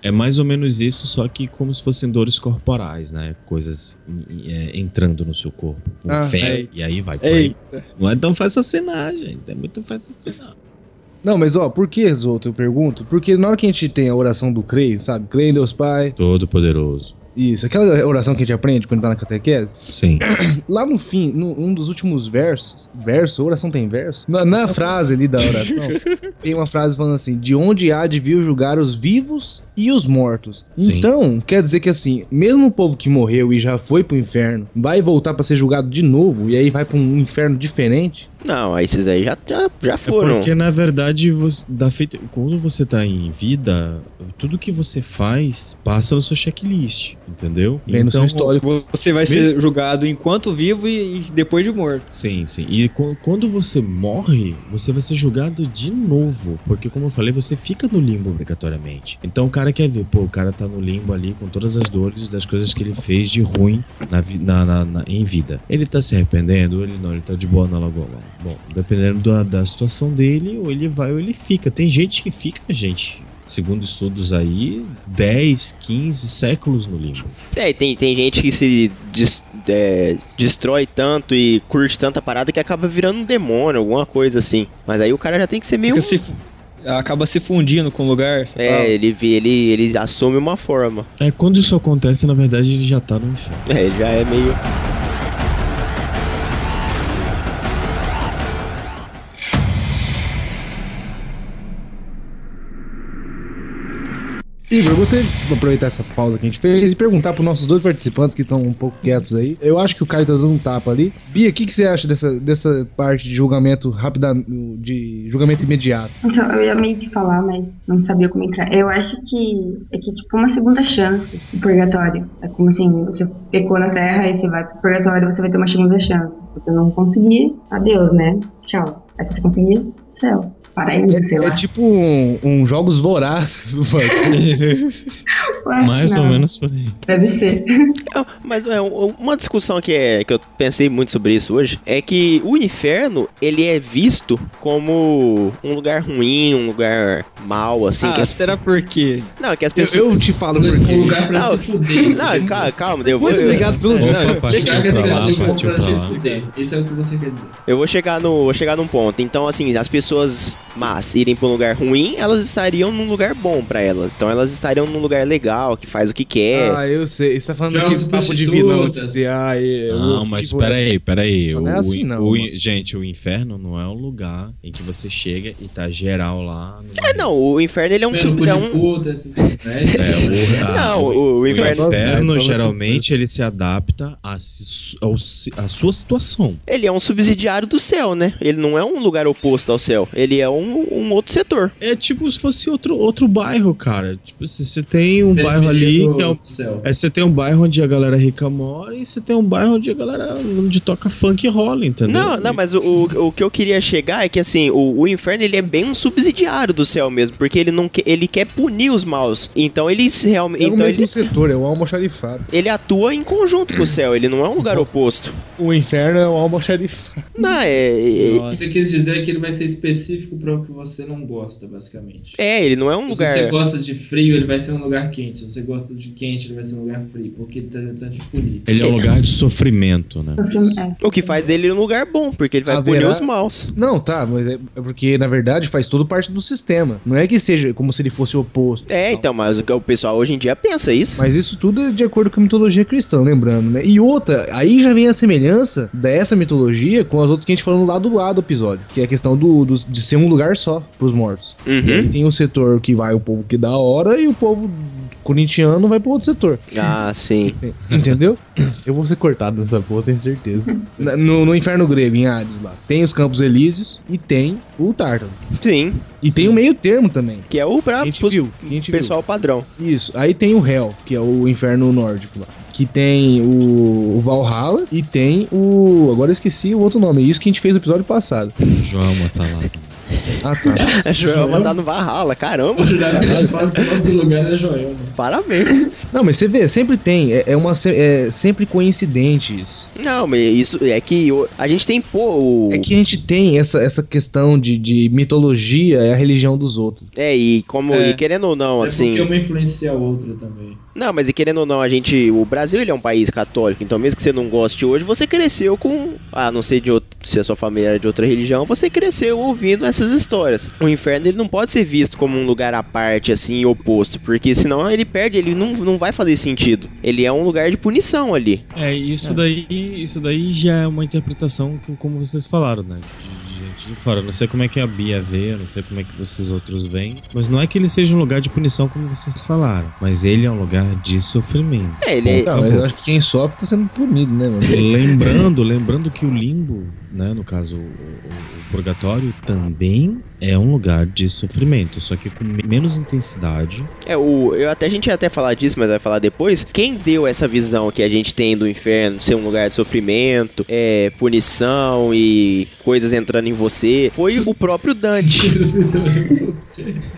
É mais ou menos isso, só que como se fossem dores corporais, né? Coisas é, entrando no seu corpo. Um
Ah,
ferro,
é.
e aí vai. Aí.
Eita.
Não é tão fácil assinar, gente. É muito fácil assinar.
Não, mas ó, por que, Zoto, eu pergunto? Porque na hora que a gente tem a oração do creio, sabe? Creio em Deus Pai,
Todo poderoso.
isso. Aquela oração que a gente aprende quando tá na catequese.
Sim.
Lá no fim, no, um dos últimos versos, verso, oração tem verso? Na, na frase ali da oração, tem uma frase falando assim, de onde há de vir julgar os vivos e os mortos.
Sim.
Então, quer dizer que assim, mesmo o povo que morreu e já foi pro inferno, vai voltar pra ser julgado de novo, e aí vai pra um inferno diferente?
Não, aí esses aí já, já, já
É
foram.
porque, na verdade, você, da feita, quando você tá em vida, tudo que você faz passa no seu checklist, entendeu? Então,
Vem no seu histórico.
Você vai ser julgado enquanto vivo e, e depois de morto.
Sim, sim. E qu- quando você morre, você vai ser julgado de novo. Porque, como eu falei, você fica no limbo obrigatoriamente. Então o cara quer ver, pô, o cara tá no limbo ali com todas as dores das coisas que ele fez de ruim na, vi- na, na- na- em vida. Ele tá se arrependendo, ele não, ele tá de boa na lagoa. Bom, dependendo da, da situação dele, ou ele vai ou ele fica. Tem gente que fica, gente. Segundo estudos aí, 10, 15 séculos no limbo.
É, e tem, tem gente que se des- é, destrói tanto e curte tanta parada que acaba virando um demônio, alguma coisa assim. Mas aí o cara já tem que ser meio.
Fica se fu- acaba se fundindo com o lugar. sei lá.
É, ele, vê- ele, ele assume uma forma.
É, quando isso acontece, na verdade, ele já tá no inferno.
É, ele já é meio.
Igor, eu gostaria de aproveitar essa pausa que a gente fez e perguntar para nossos dois participantes que estão um pouco quietos aí. Eu acho que o Caio tá dando um tapa ali. Bia, o que, que você acha dessa, dessa parte de julgamento rápida, de julgamento imediato?
Então, eu ia meio que falar, mas não sabia como entrar. Eu acho que é que tipo uma segunda chance o purgatório. É como assim, você pecou na terra e você vai pro purgatório, você vai ter uma segunda chance. Se você não conseguir, adeus, né? Tchau. Aí se você conseguir, céu. Paraíso, sei
É,
lá.
é tipo um, um Jogos Vorazes, mano.
Ué,
Mais ou
Ah, não,
menos por aí.
Deve ser.
É, Mas é, um- uma discussão que, é, que eu pensei muito sobre isso hoje é que o inferno ele é visto como um lugar ruim, um lugar mal, assim. que
ah,
as,
será por quê?
não, que as
Eu,
pessoas.
eu te falo por
Um
quê.
lugar pra
Não,
se fuder. isso
não,
quer dizer.
calma, calma, eu vou.
Muito obrigado pelo
Opa, partiu
Deixa
pra
as
lá,
pessoas vão
partiu
pra
pra
se
lá.
fuder. Isso é o que você quer dizer.
Eu vou chegar no, vou chegar num ponto. Então, assim, as pessoas más irem pra um lugar ruim, elas estariam num lugar bom pra elas. Então, elas estariam num lugar legal, que faz o que
É.
quer.
Ah, eu sei. Você tá falando
Jogos
aqui papo de vilão. tipo assim, ah,
prostitutas.
De CA e-
Não,
o-
mas
tipo,
peraí, peraí.
Não é
O-
assim, não,
o-
mano.
gente, o inferno não é um lugar em que você chega e tá geral lá. no-
É, não, o inferno ele é um,
Pelo
sub-
cu
é
de
um
puta, né? esses festas.
É, o, a-
Não,
o,
o, o
o
inferno
inferno,
Inferno,
geralmente ele se adapta à si- ao si- à sua situação.
ele é um subsidiário do céu, né? Ele não é um lugar oposto ao céu, ele é um, um outro setor.
É tipo se fosse outro, outro bairro, cara. Tipo, se você tem um bairro ali
Preferido
que é um.
céu.
É, você tem um bairro onde a galera rica mora e você tem um bairro onde a galera onde toca funk e rola, entendeu?
Não, não, mas o, o, o que eu queria chegar é que assim, o, o inferno ele é bem um subsidiário do céu mesmo, porque ele não que- ele quer punir os maus. Então ele se realmente
É o
então
mesmo
ele,
setor, é o almoxarifado.
ele atua em conjunto com o céu, ele não é um lugar oposto.
O inferno é o almoxarifado.
Não, é, é,
Você quis dizer que ele vai ser específico para o que você não gosta, basicamente.
é, ele não é um
Se você
lugar.
gosta de frio, ele vai ser um lugar quente. Se você gosta de quente, ele vai ser um lugar frio, porque ele tá tentando te punir.
Ele é um lugar de sofrimento, né?
O filme é.
O que faz dele um lugar bom, porque ele vai punir
Haverá-
os maus.
Não, tá, mas é é porque, na verdade, faz tudo parte do sistema. Não é que seja como se ele fosse oposto.
É, então, mas o que o pessoal hoje em dia pensa isso.
Mas isso tudo é de acordo com a mitologia cristã, lembrando, né? E outra, aí já vem a semelhança dessa mitologia com as outras que a gente falou lá do lado do episódio, que é a questão do, do- de ser um lugar só pros mortos. E aí
Uhum.
tem o setor que vai o povo que dá a hora e o povo corintiano vai pro outro setor.
Ah, sim.
Ent- Entendeu? Eu vou ser cortado nessa porra, tenho certeza. Na- no, no inferno grego, em Hades lá, tem os Campos Elíseos e tem o Tártaro.
Sim.
E tem o meio termo também.
Que é o pra,
A gente
pros-
viu, a gente viu.
pessoal padrão.
Isso. Aí tem o Hell, que é o inferno nórdico lá. Que tem o, o Valhalla e tem o. Agora eu esqueci o outro nome. Isso que a gente fez no episódio passado.
Joelma tá lá.
Ah, tá.
A Joelma tá no Valhalla, caramba,
Eu jurava que eles falam que o nome do lugar né, era Joelma.
parabéns.
Não, mas você vê, sempre tem. É, é uma, se- é sempre coincidente isso.
Não, mas isso é que o- a gente tem pô. o-
É que a gente tem essa, essa questão de, de mitologia é a religião dos outros.
É, e como.
É.
E querendo ou não,
Isso é
assim.
porque uma influencia a outra também.
Não, mas e querendo ou não, a gente. O Brasil ele é um país católico, então mesmo que você não goste hoje, você cresceu com. Ah, não sei de outro, se a sua família é de outra religião, você cresceu ouvindo essas histórias. O inferno ele não pode ser visto como um lugar à parte, assim, oposto, porque senão ele perde, ele não, não vai fazer sentido. Ele é um lugar de punição ali.
É, isso daí, isso daí já é uma interpretação que, como vocês falaram, né? De, de gente de fora. Eu não sei como é que a Bia vê, eu não sei como é que vocês outros veem. Mas não é que ele seja um lugar de punição, como vocês falaram. Mas ele é um lugar de sofrimento.
É, ele.
Não, mas eu acho que quem sofre tá sendo punido, né, mano?
Lembrando, lembrando que o limbo, né, no caso o, o- o purgatório, também é um lugar de sofrimento, só que com me- menos intensidade.
É, o, eu até, a gente ia até falar disso, mas vai falar depois. Quem deu essa visão que a gente tem do inferno ser um lugar de sofrimento, é, punição e coisas entrando em você, foi o próprio Dante.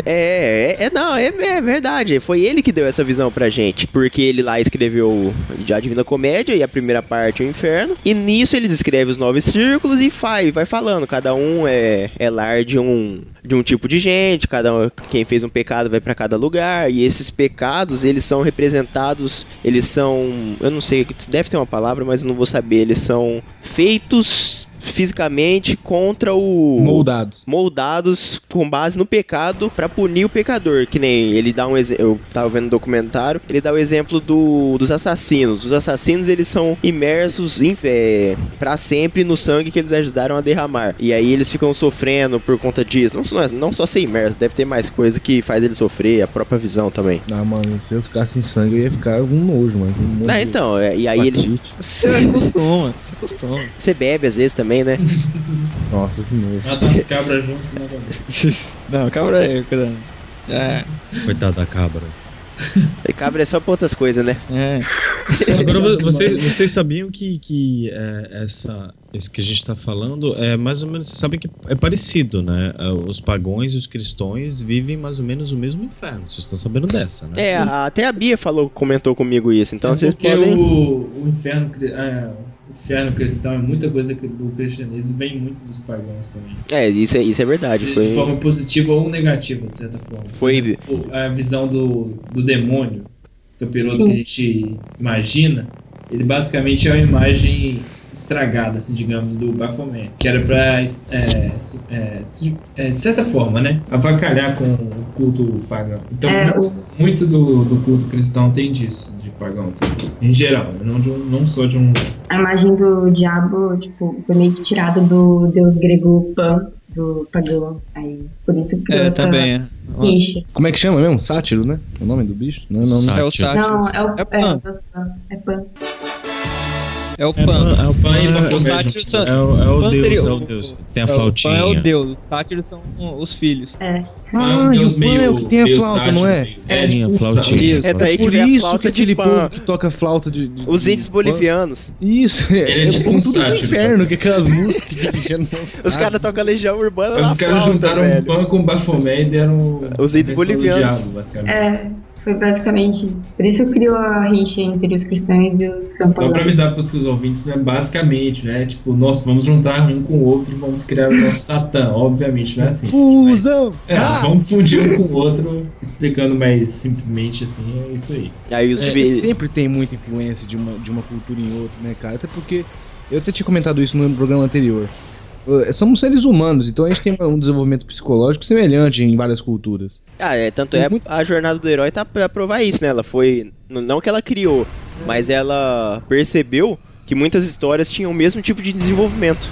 é, é, é, não, é, é verdade. Foi ele que deu essa visão pra gente. Porque ele lá escreveu a Divina Comédia e a primeira parte, o inferno. E nisso ele descreve os nove círculos e faz, vai falando. Cada um é, é lar de um, de um tipo de gente, cada um, quem fez um pecado vai pra cada lugar, e esses pecados, eles são representados, eles são, eu não sei, deve ter uma palavra, mas eu não vou saber, eles são feitos fisicamente contra o
Moldados.
moldados com base no pecado pra punir o pecador. Que nem ele dá um exemplo. Eu tava vendo um documentário. Ele dá o exemplo do, dos assassinos. Os assassinos eles são imersos em, é, pra sempre no sangue que eles ajudaram a derramar. E aí eles ficam sofrendo por conta disso. Não, só- não só ser imerso, deve ter mais coisa que faz ele sofrer, a própria visão também.
Ah, mano, se eu ficasse sem sangue, eu ia ficar com nojo, mano. Com um nojo.
Ah, então, é, e aí ele,
Hepatite.
Você acostuma, você acostuma.
você bebe às vezes também, né?
Nossa, que nojo.
Mata umas cabras né, junto novamente.
Não, cabra é coisa. É,
Coitada da cabra.
E cabra é só pra outras coisas, né?
é.
Agora, vo- vocês, vocês sabiam que, que é, essa, esse que a gente está falando é mais ou menos. Vocês sabem que é parecido, né? É, Os pagões e os cristões vivem mais ou menos o mesmo inferno. Vocês estão sabendo dessa, né?
É, a- até a Bia falou, comentou comigo isso, então vocês
Porque
podem.
o, o inferno, cri- é, o inferno cristão é muita coisa que do cristianismo vem muito dos pagãos também.
É, isso é, isso é verdade.
De,
Foi,
de forma positiva ou negativa, de certa forma.
foi
O- A visão do, do demônio, que é o piloto
Sim.
que a gente imagina, ele basicamente é uma imagem estragada, assim, digamos, do Baphomet, que era pra, é, se- é, se- é, de certa forma, né, avacalhar com o culto pagão. Então,
É,
muito, muito do, do culto cristão tem disso, de pagão, em geral, não, de um, não só de um
A imagem do diabo, tipo, foi meio que tirada do deus grego Pan, do pagão. Aí, por isso que
É,
eu tava-
também é.
Ixi.
Como é que chama mesmo? Sátiro, né? O nome do bicho? Não é o nome.
Sátiro.
É o Sátiro.
Não, é o
É
é,
Pan.
o Pan. É Pan.
É o
É,
Pan.
é o pan,
e
é,
o
o
Sátiro
Deus,
são-
é o, é o
Pan
Deus,
seria
é o
o-
Deus. que Tem a
É, o Pan é o
flautinha.
Deus, os sátiros são os filhos.
É.
um
e
deus
o Pan é o que tem a
meio
flauta, não é?
sátiro, meio-
É,
tipo
tinha
um sátiro.
flautinha.
Isso.
É daí que
Por
vem a
isso
flauta
que
de
aquele
pan.
povo que toca flauta de. de-
Os
de-
índios bolivianos.
Isso,
Ele é tipo um
tudo do
sátiro,
inferno,
parceiro.
que aquelas músicas que eles já não
Os
sabem.
caras tocam legião
Os
urbana na
caras
flauta,
juntaram um
velho.
pan com Baphomet e deram
Os índios
a versão do
bolivianos.
diabo, basicamente.
É, foi basicamente. Por isso criou a rixa entre os cristãos e os
Então, pra
campos.
avisar para os ouvintes, né, basicamente, né? Tipo, nós vamos juntar um com o outro e vamos criar o nosso Satã. Obviamente, não é assim.
Fusão!
É, Vamos fundir um com o outro, explicando mais simplesmente assim, é isso aí.
Aí os
É,
vi-
e sempre tem muita influência de uma, de uma cultura em outra, né, cara? Até porque eu até tinha comentado isso no programa anterior. Uh, Somos seres humanos, então a gente tem um desenvolvimento psicológico semelhante em várias culturas.
Ah, é, tanto é, a jornada do herói tá pra provar isso, né? Ela foi. n- Não que ela criou, mas ela percebeu que muitas histórias tinham o mesmo tipo de desenvolvimento.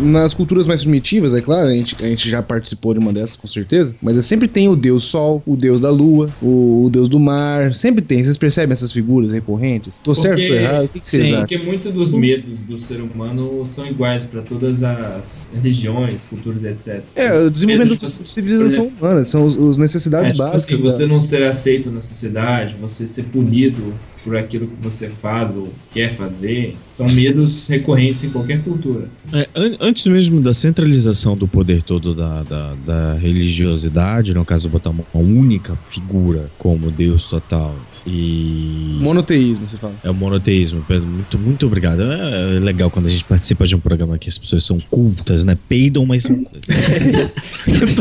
Nas culturas mais primitivas, é claro, a gente, a gente já participou de uma dessas, com certeza. Mas é, sempre tem o deus sol, o deus da lua, o, o deus do mar. Sempre tem. Vocês percebem essas figuras recorrentes? Tô certo ou tô errado? O que, que vocês
sim,
acham?
porque muitos dos medos do ser humano são iguais para todas as religiões, culturas, etc.
É, o desenvolvimento
Medo de
da
você-
civilização humana, são os, os
É,
necessidades
tipo assim,
básicas. da-
você não ser aceito na sociedade, você ser punido por aquilo que você faz ou quer fazer, são medos recorrentes em qualquer cultura.
É, an- antes mesmo da centralização do poder todo da, da, da religiosidade, no caso botar uma uma única figura como Deus total e
Monoteísmo, você fala.
é o monoteísmo, Pedro. Muito, muito obrigado. É é legal quando a gente participa de um programa que as pessoas são cultas, né? Peidam, mas são cultas.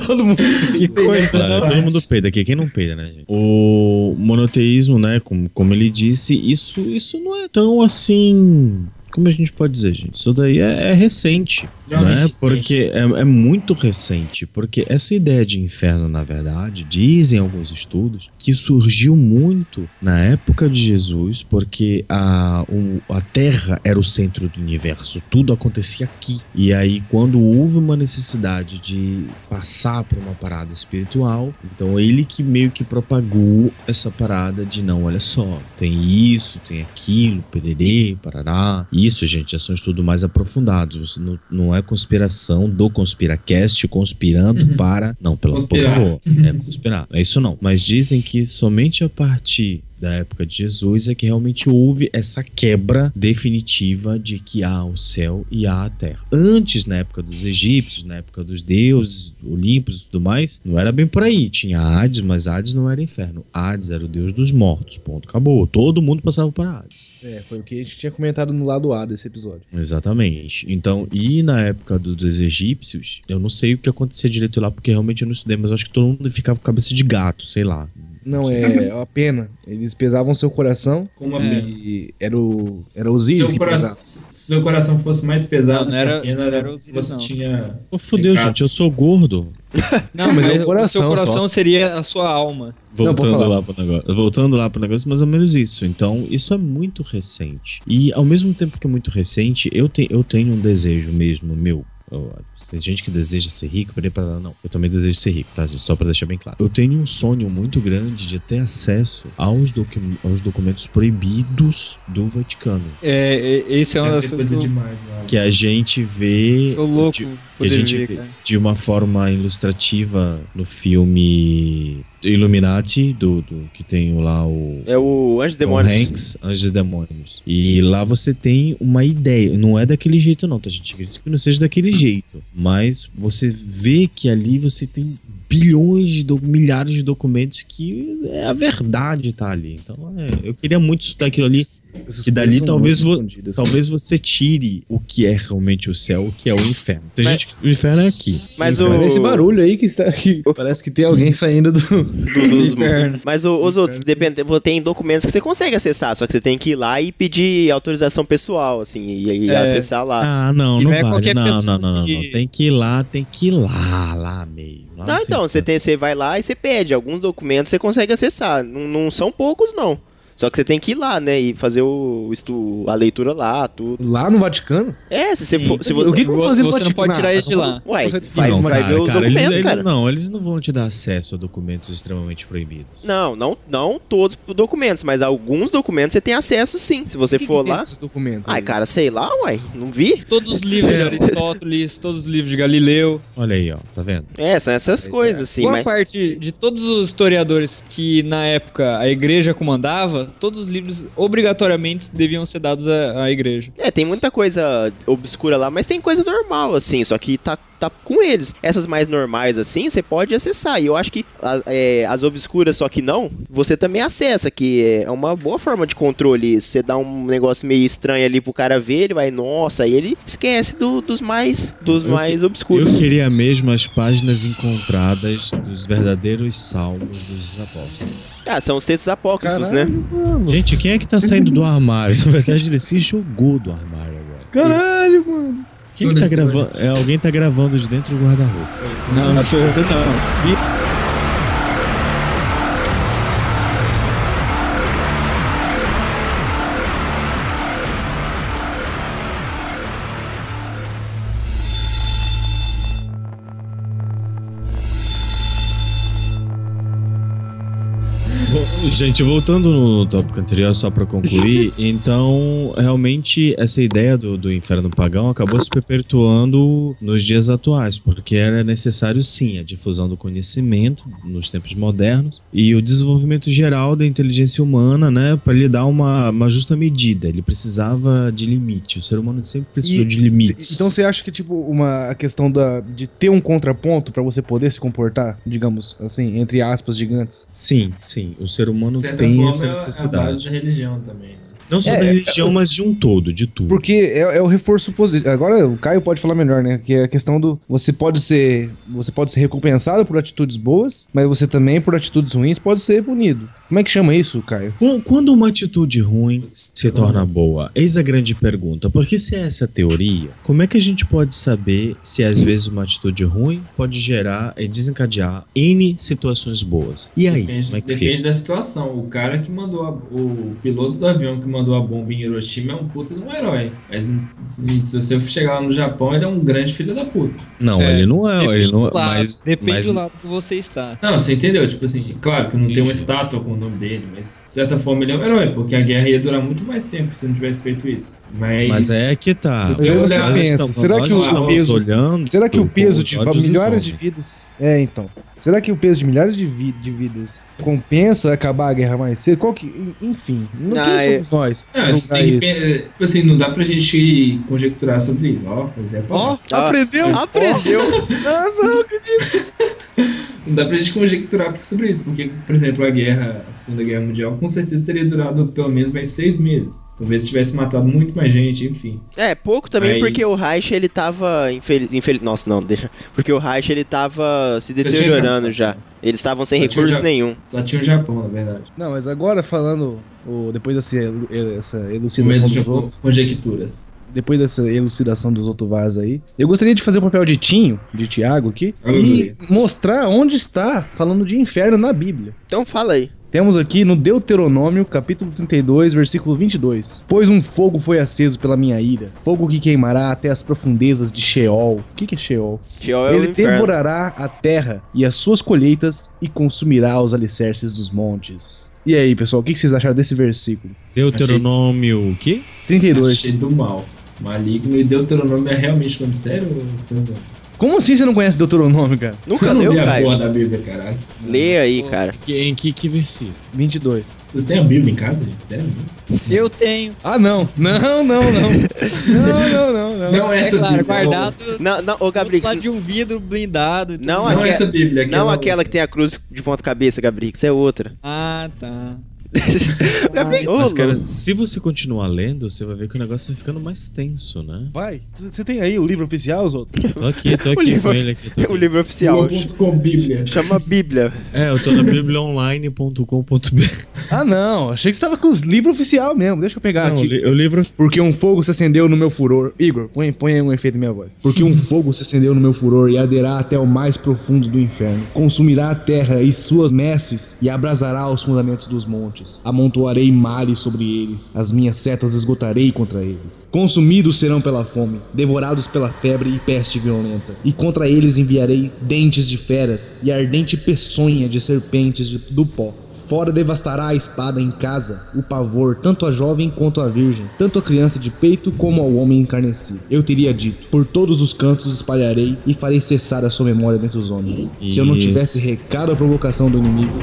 Todo mundo.
né?
Claro, todo mundo peida aqui, quem não peida, né? gente? O monoteísmo, né? Como, como ele disse, isso, isso não é tão assim. Como a gente pode dizer, gente? Isso daí é- é recente.
Extremamente
né?
recente.
Porque é, é muito recente, porque essa ideia de inferno, na verdade, dizem alguns estudos que surgiu muito na época de Jesus, porque a, o- a Terra era o centro do universo, tudo acontecia aqui. E aí, quando houve uma necessidade de passar por uma parada espiritual, então ele que meio que propagou essa parada de não, olha só, tem isso, tem aquilo, pererê, parará. Isso, gente, já são estudos mais aprofundados. Você não, não é conspiração do Conspiracast conspirando para. Não, pelo, por
Conspirar.
favor. É conspirar. É isso não. Mas dizem que somente a partir da época de Jesus é que realmente houve essa quebra definitiva de que há o céu e há a terra. Antes, na época dos egípcios, na época dos deuses, Olímpicos e tudo mais, não era bem por aí. Tinha Hades, mas Hades não era inferno. Hades era o deus dos mortos. Ponto. Acabou. Todo mundo passava por Hades.
É, foi o que a gente tinha comentado no lado A desse episódio.
Exatamente. Então, e na época do- dos egípcios, eu não sei o que acontecia direito lá, porque realmente eu não estudei, mas eu acho que todo mundo ficava com cabeça de gato, sei lá.
Não, é a pena. Eles pesavam seu coração
É.
Como a
e era o. Era os
Se
íris
É. seu,
que
coração,
pesavam.
se seu coração fosse mais pesado,
Não, não era-
que a pena,
não era os íris,
você
não.
tinha.
Ô, fudeu,
Pecados.
gente, eu sou gordo.
Não,
mas é o
seu
coração
coração seria a sua alma.
Não, pode
Voltando
falar.
lá pro negócio. Voltando lá pro negócio, mais ou menos isso. Então, isso é muito recente. E ao mesmo tempo que é muito recente, eu, te, eu tenho um desejo mesmo, meu. ou- tem gente que deseja ser rico, peraí, peraí, não. Eu também desejo ser rico, tá, gente? Só pra deixar bem claro. Eu tenho um sonho muito grande de ter acesso aos, docu aos documentos proibidos do Vaticano.
É, e- esse é uma
Deve
das
ter
coisas.
coisa
que eu-
demais Que a gente vê.
Sou louco
de, que a
poder
gente
ver,
vê
cara.
de uma forma ilustrativa no filme Illuminati, do, do- que tem lá o.
É o Anjo
Tom
Demônios.
Hanks, Anjos e Demônios. E lá você tem uma ideia. Não é daquele jeito, não, tá, gente? Acredito que não seja daquele jeito. Mas você vê que ali você tem bilhões de do- milhares de documentos que é a verdade tá ali. Então, é, eu queria muito estudar aquilo ali.
Essas
E
coisas
dali
são
talvez,
muito
vo-
escondidas.
talvez você tire o que é realmente o céu, o que é o inferno. Tem
Mas-
gente que o inferno é aqui.
Mas
o
o-
Olha esse barulho aí que está aqui. Parece que tem alguém saindo do.
Do- dos- Mas o- os outros, depende, tem documentos que você consegue acessar, só que você tem que ir lá e pedir autorização pessoal, assim, e, e
É.
acessar lá.
Ah, não,
E
não,
não é
vale.
qualquer
Não,
pessoa
não, não, não,
que-
não. Tem que ir lá, tem que ir lá, lá meio. Lá
Não,
no
então, você, tem, você vai lá e você pede. Alguns documentos você consegue acessar. Não, não são poucos, não. Só que você tem que ir lá, né? E fazer o, estu- a leitura lá, tudo.
Lá no Vaticano?
É, se você
Sim.
for. Se você,
O que que eu vou fazer no Você não Vaticano? pode tirar ele de lá.
Ué,
Você-
vai,
não,
vai
cara,
ver os
cara, eles-
documentos,
eles,
cara.
Não, eles não vão te dar acesso a documentos extremamente proibidos.
Não, não, não todos os documentos, mas alguns documentos você tem acesso sim. Se você
O que
for
que tem
lá.
nesses
documentos
Ai, cara, sei lá, uai. Não vi?
Todos os livros
É.
de Aristóteles, todos os livros de Galileu.
Olha aí, ó, tá vendo?
É, são essas coisas, sim,
Boa
mas.
parte de todos os historiadores que na época a igreja comandava, todos os livros obrigatoriamente deviam ser dados à, à igreja.
É, tem muita coisa obscura lá, mas tem coisa normal, assim, só que tá, tá com eles. Essas mais normais, assim, você pode acessar. E eu acho que a- é, as obscuras, só que não, você também acessa, que é uma boa forma de controle. isso. Você dá um negócio meio estranho ali pro cara ver, ele vai, nossa, e ele esquece do- dos mais, dos mais obscuros.
Eu queria mesmo as páginas encontradas dos verdadeiros salmos dos apóstolos.
Ah, são os textos apócrifos, né?
Gente, quem é que tá saindo do armário? Na verdade, ele se jogou do armário agora.
Caralho, mano.
Quem que tá gravando? É, alguém tá gravando de dentro do guarda-roupa.
Não, não sou eu, não.
Bom, Gente, voltando no tópico anterior, só pra concluir, então realmente essa ideia do, do inferno pagão acabou se perpetuando nos dias atuais, porque era necessário sim a difusão do conhecimento nos tempos modernos e o desenvolvimento geral da inteligência humana, né, para lhe dar uma, uma justa medida. Ele precisava de limite, o ser humano sempre precisou
E-
de limites.
Então você acha que, tipo, uma a questão da, de ter um contraponto pra você poder se comportar, digamos, assim, entre aspas gigantes?
Sim, sim. O ser humano
De certa
tem
forma,
essa
é a- É a base
necessidade.
da religião também. né?
Não só
É,
da
é-
religião, mas de um todo, de tudo.
Porque é, é o reforço positivo. Agora o Caio pode falar melhor, né? Que é a questão do você pode ser você pode ser recompensado por atitudes boas, mas você também por atitudes ruins pode ser punido. Como é que chama isso, Caio?
Qu- Quando uma atitude ruim se torna boa? Eis a grande pergunta. Porque se é essa a teoria, como é que a gente pode saber se às vezes uma atitude ruim pode gerar e desencadear N situações boas? E aí,
Depende,
como é que
depende
fica?
da situação. O cara que mandou a, o piloto do avião que mandou a bomba em Hiroshima é um puta de um herói. Mas se, se você chegar lá no Japão, ele é um grande filho da puta.
Não, ele não é,
depende
ele não
do lado,
mas,
Depende
mas-
do lado que você está.
Não, você entendeu? Tipo assim, claro que não tem uma estátua com o nome dele, mas de certa forma ele é um herói, porque a guerra ia durar muito mais tempo se não tivesse feito isso. Mas,
mas é que tá.
Se você
Nós
olhar-
estamos-
pensa,
será
nós
que o
estamos
peso-
olhando
Será que o peso de
com os olhos dos
milhares de
homens?
vidas. É, então. Será que o peso de milhares de, vi- de vidas compensa acabar a guerra mais cedo? Qual que. Enfim, não
Ah,
quem
é.
somos nós.
Não,
Não
você
dá
tem que
isso.
pe- tipo assim, não dá pra gente conjecturar sobre isso. Ó, é por exemplo.
Ó, aprendeu?
Aprendeu.
Não dá pra gente conjecturar sobre isso, porque, por exemplo, a guerra, a Segunda Guerra Mundial, com certeza teria durado pelo menos mais seis meses. Talvez tivesse matado muito mais gente, enfim.
É, pouco também,
Mas-
porque o Reich, ele tava infeliz... infeliz... Nossa, não, deixa... Porque o Reich, ele tava se
tinha
deteriorando já. Eles estavam sem
Só tinha o
recursos
Ja-
nenhum.
Só tinha o Japão, na verdade.
Não, mas agora falando, o- depois dessa, elu- essa
No
elucidação
mesmo
dos
Japão,
outros,
conjecturas.
depois dessa elucidação dos outros vasos aí, eu gostaria de fazer o papel de Tinho, de Tiago aqui,
Aleluia.
e mostrar onde está falando de inferno na Bíblia.
Então fala aí.
Temos aqui no Deuteronômio, capítulo 32, versículo 22. Pois um fogo foi aceso pela minha ira, fogo que queimará até as profundezas de Sheol. O que que é Sheol?
Sheol é o
Ele
inferno.
devorará a terra e as suas colheitas e consumirá os alicerces dos montes. E aí, pessoal, o que que vocês acharam desse versículo?
Deuteronômio o quê?
32.
Achei do mal. Maligno e Deuteronômio é realmente quando sério? Você tá zoando?
Como assim você não conhece Deuteronômio, cara?
Nunca
Eu não
leu,
li a
Caio?
porra da Bíblia, caralho.
Lê aí, cara.
Que- Em que, que versículo?
22.
Vocês têm a Bíblia em casa, gente? Sério? mesmo?
Eu tenho.
Ah, não. Não, não, não. não, não, não, não.
Não essa
é claro,
Bíblia.
guardado
Não, não, ô
do
Gabrix,
lado de um vidro blindado. e tudo.
Não,
não,
não
aque-
essa é Bíblia.
não aquela que tem a cruz de ponta cabeça, Gabrix, é outra.
Ah, tá.
Gabrix, ô,
Mas, cara,
louco.
se você continuar lendo, você vai ver que o negócio vai ficando mais tenso, né?
Vai. C- Você tem aí o livro oficial, os outros?
Tô aqui, tô
O
aqui
livro-
com ele aqui. tô
o
aqui.
livro oficial.
com Bíblia.
Chama Bíblia.
É, eu tô na bibliaonline.com.br.
Ah, não. Achei que você tava com os livros oficial mesmo. Deixa eu pegar
Não,
aqui.
o li- o livro
Porque um fogo se acendeu no meu furor. Igor, põe, põe aí um efeito na minha voz. Porque um fogo se acendeu no meu furor e aderá até o mais profundo do inferno. Consumirá a terra e suas messes e abrasará os fundamentos dos montes. Amontoarei mares sobre eles. As minhas setas esgotarei contra eles. Consumidos serão pela fome, devorados pela febre e peste violenta. E contra eles enviarei dentes de feras e ardente peçonha de serpentes de- do pó. Fora devastará a espada em casa, o pavor, tanto a jovem quanto a virgem, tanto a criança de peito como ao homem encarnecido. Eu teria dito: por todos os cantos espalharei e farei cessar a sua memória dentre os homens. Se eu não
Isso.
tivesse recado à provocação do inimigo.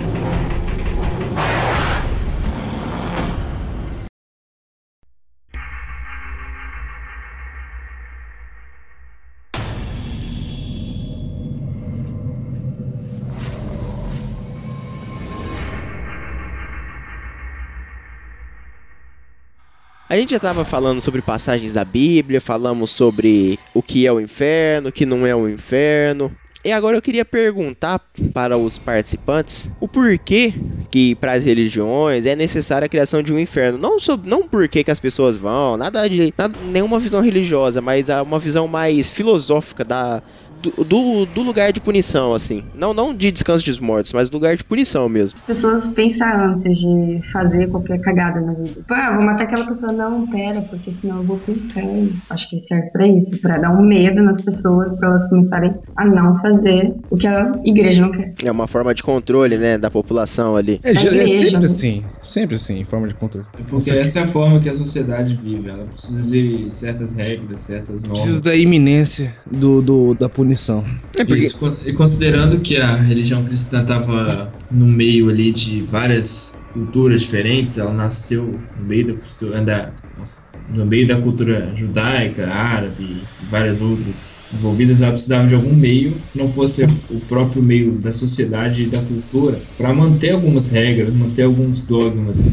A gente já tava falando sobre passagens da Bíblia, falamos sobre o que é o inferno, o que não é o inferno. E agora eu queria perguntar para os participantes o porquê que para as religiões é necessária a criação de um inferno. Não sobre, não porquê que as pessoas vão, nada de nada- nenhuma visão religiosa, mas há uma visão mais filosófica da do, do, do lugar de punição, assim. Não, não de descanso dos mortos, mas lugar de punição mesmo.
As pessoas pensam antes de fazer qualquer cagada na vida. Tipo, ah, vou matar aquela pessoa. Não, pera, porque senão eu vou pro inferno. Acho que serve pra isso, pra dar um medo nas pessoas, pra elas começarem a não fazer o que a igreja não quer.
É uma forma de controle, né, da população ali.
É,
já- é sempre
assim, sempre assim, em forma de controle.
É Porque essa é a forma que a sociedade vive. Ela precisa de certas regras, certas normas.
Preciso da iminência do, do- da punição.
É porque-
Isso, con- e considerando que a religião cristã estava no meio ali de várias culturas diferentes, ela nasceu no meio da cultura da, nossa, no meio da cultura judaica, árabe e várias outras envolvidas, ela precisava de algum meio que não fosse o próprio meio da sociedade e da cultura para manter algumas regras, manter alguns dogmas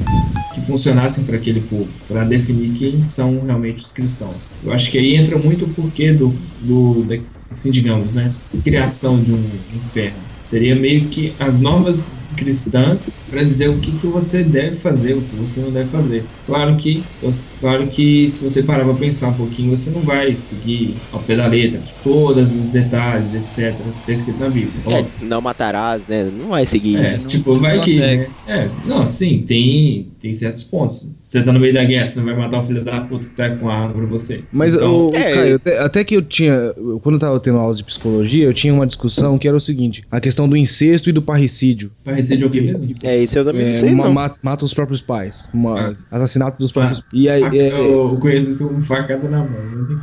que funcionassem para aquele povo, para definir quem são realmente os cristãos. Eu acho que aí entra muito o porquê do, do da- assim digamos, né, criação de um inferno. Seria meio que as normas cristãs para dizer o que, que você deve fazer, o que você não deve fazer. Claro que, você- claro que se você parar para pensar um pouquinho, você não vai seguir ao pé da letra todos os detalhes, etc. Está tá escrito na Bíblia. Ó,
É, não matarás, né? Não vai seguir
é,
isso.
tipo, vai
não
que.
consegue.
É, não, sim, tem, tem certos pontos. Você tá no meio da guerra, você não vai matar o filho da puta que tá com a arma pra você.
Mas,
então,
ô,
É,
Caio,
eu-
até, até que eu tinha. eu- Quando eu tava tendo aula de psicologia, eu tinha uma discussão que era o seguinte: a questão do incesto e do parricídio.
vai receber o quê mesmo?
É isso, eu também não
É,
sei
ma-
não.
ma- mata os próprios pais. Uma,
Ah.
Assassinato dos próprios
Ah.
E aí,
Ah,
é,
eu, eu conheço isso como facada na mão. Mas enfim.